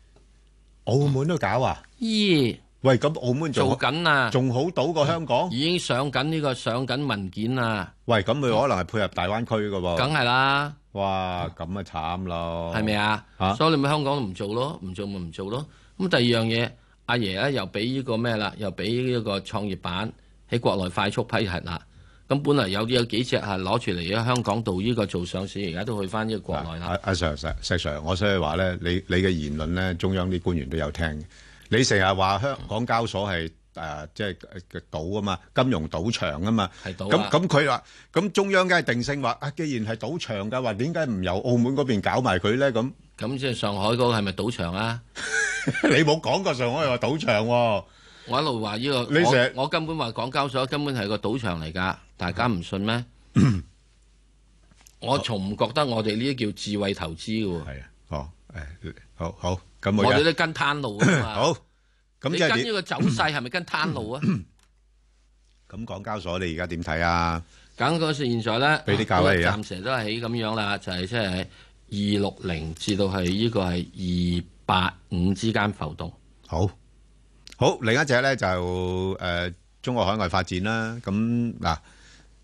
澳門都搞啊？
咦？
喂，咁澳門仲
做緊啊，
仲好賭過香港？
已經上緊呢個上緊文件啊，
喂，咁佢可能係配合大灣區嘅喎。
梗係啦，
哇，咁啊慘咯。
係咪？啊？
嚇
所以你咪香港都唔做咯，唔做咪唔做咯。咁第二樣嘢，阿爺咧又俾呢個咩啦，又俾呢個創業板喺國內快速批核啦。咁本來有啲有幾隻係攞住嚟喺香港度呢個做上市，而家都去翻呢個國內啦。
阿阿 Sir 石石 Sir，我所以話咧，你你嘅言論咧，中央啲官員都有聽嘅。你成日話香港交所係誒，即係嘅賭啊嘛，金融賭場啊嘛。
係賭
咁
啊
咁佢話，咁中央梗係定性話啊，既然係賭場嘅話，點解唔由澳門嗰邊搞埋佢咧？咁
咁即係上海嗰個係咪賭場啊？
你冇講過上海話賭場喎。
我一路話呢個，
你成日
我我根本話港交所根本係個賭場嚟㗎，大家 唔信咩？我從唔覺得我哋呢啲叫智慧投資嘅喎，
哦，誒，好好，咁
我哋
而家
都跟攤路㗎嘛。
好，咁
你
即係嗯
跟
點
呢個走勢係咪跟攤路啊？
咁港交所你而家點睇啊？
咁嗰時現在咧，
俾啲價位啊
暫時都係喺咁樣啦，就係即係二六零至到係呢個係二八五之間浮動。
好，好，另一隻咧就誒、呃中國海外發展啦。咁嗱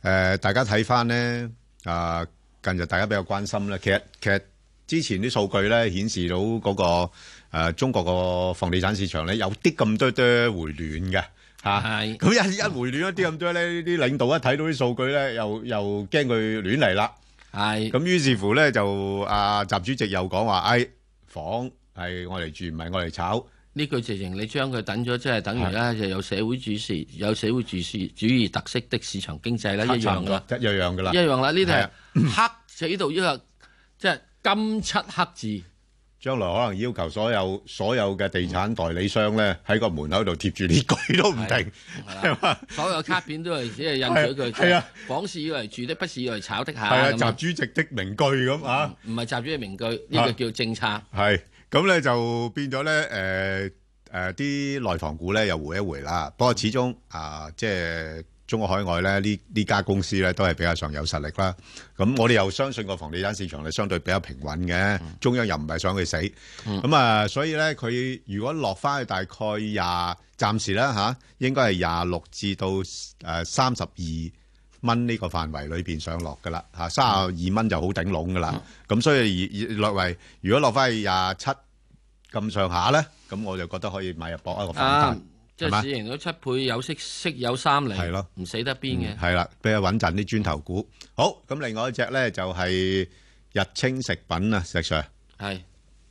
誒，大家睇翻咧啊，近日大家比較關心啦。其實其實之前啲數據咧顯示到嗰、個、呃、中國個房地產市場咧有啲咁多多回暖嘅。嚇，
係
咁一一回暖一啲咁多咧，啲領導一睇到啲數據咧，又又驚佢亂嚟啦。
係
咁於是乎咧就啊習主席又講話，誒房係我嚟住，唔係我嚟炒。
呢句直情你將佢等咗，即係等於咧就有社會主義有社會主義主義特色的市場經濟咧一
差
樣
唔
㗎啦
多，一樣樣噶啦，
一樣啦。呢
係啊
啲係 黑死到呢個即係金漆黑字。
將來可能要求所有所有嘅地產代理商咧喺個門口度貼住呢句都唔停， 係嘛？
所有卡片都係只係印咗一句，
係啊，
房市要嚟住的，不是要嚟炒的下。
係啊，
咁
習主席的名句咁啊，
唔係習主席名句，呢個叫政策。
係咁咧就變咗咧誒誒啲內房股咧又回一回啦。不過始終啊，即係中國海外咧呢呢家公司咧都係比較上有實力啦。咁我哋又相信個房地產市場咧相對比較平穩嘅，中央又唔係想佢死。咁啊，所以咧，佢如果落翻去大概廿，暫時啦嚇，應該係廿六至到誒三十二蚊呢個範圍裏邊上落噶啦嚇，三十二蚊就好頂籠噶啦。咁所以以略為，如果落翻去廿七咁上下咧，咁我就覺得可以買入博一個反
啊
彈，，
即
係嘛
係市盈率七倍，有息息有三厘，
係咯，
唔死得邊嘅。
係啦，比較穩陣啲磚頭股。好，咁另外一隻咧就係日清食品啊，石 Sir
係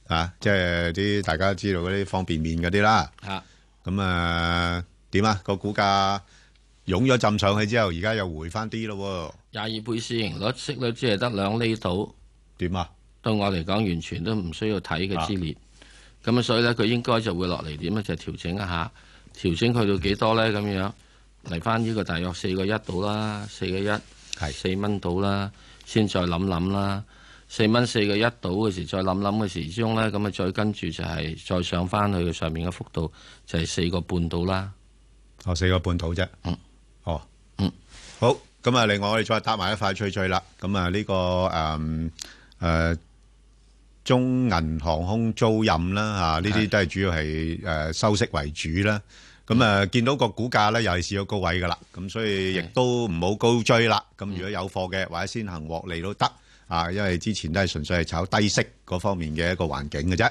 啊，即係啲大家知道嗰啲方便麵嗰啲啦。
嚇，
咁啊，點啊？個股價湧咗浸上去之後，而家又回翻啲咯
廿二倍市盈率息率只係得兩厘度，
點啊？
對我嚟講完全都唔需要睇嘅之列。咁啊，所以咧佢應該就會落嚟點咧，就調整一下，調整去到幾多咧咁樣嚟翻呢個大約四個一度啦，四個一係四蚊度啦，先再諗諗啦。四蚊四個一度嘅時，再諗諗嘅時之中咧，咁啊再跟住就係再上翻去上面嘅幅度，就係四個半度啦。
喎，哦，四個半度啫。
嗯，
哦，
嗯，
好。咁啊，另外我哋再搭埋一塊脆脆啦。咁啊，呢個誒誒中銀航空租賃啦，啊呢啲都係主要係誒收息為主啦。咁啊，見到個股價咧又係試咗高位噶啦，咁所以亦都唔好高追啦。咁如果有貨嘅或者先行獲利都得啊，因為之前都係純粹係炒低息嗰方面嘅一個環境嘅啫。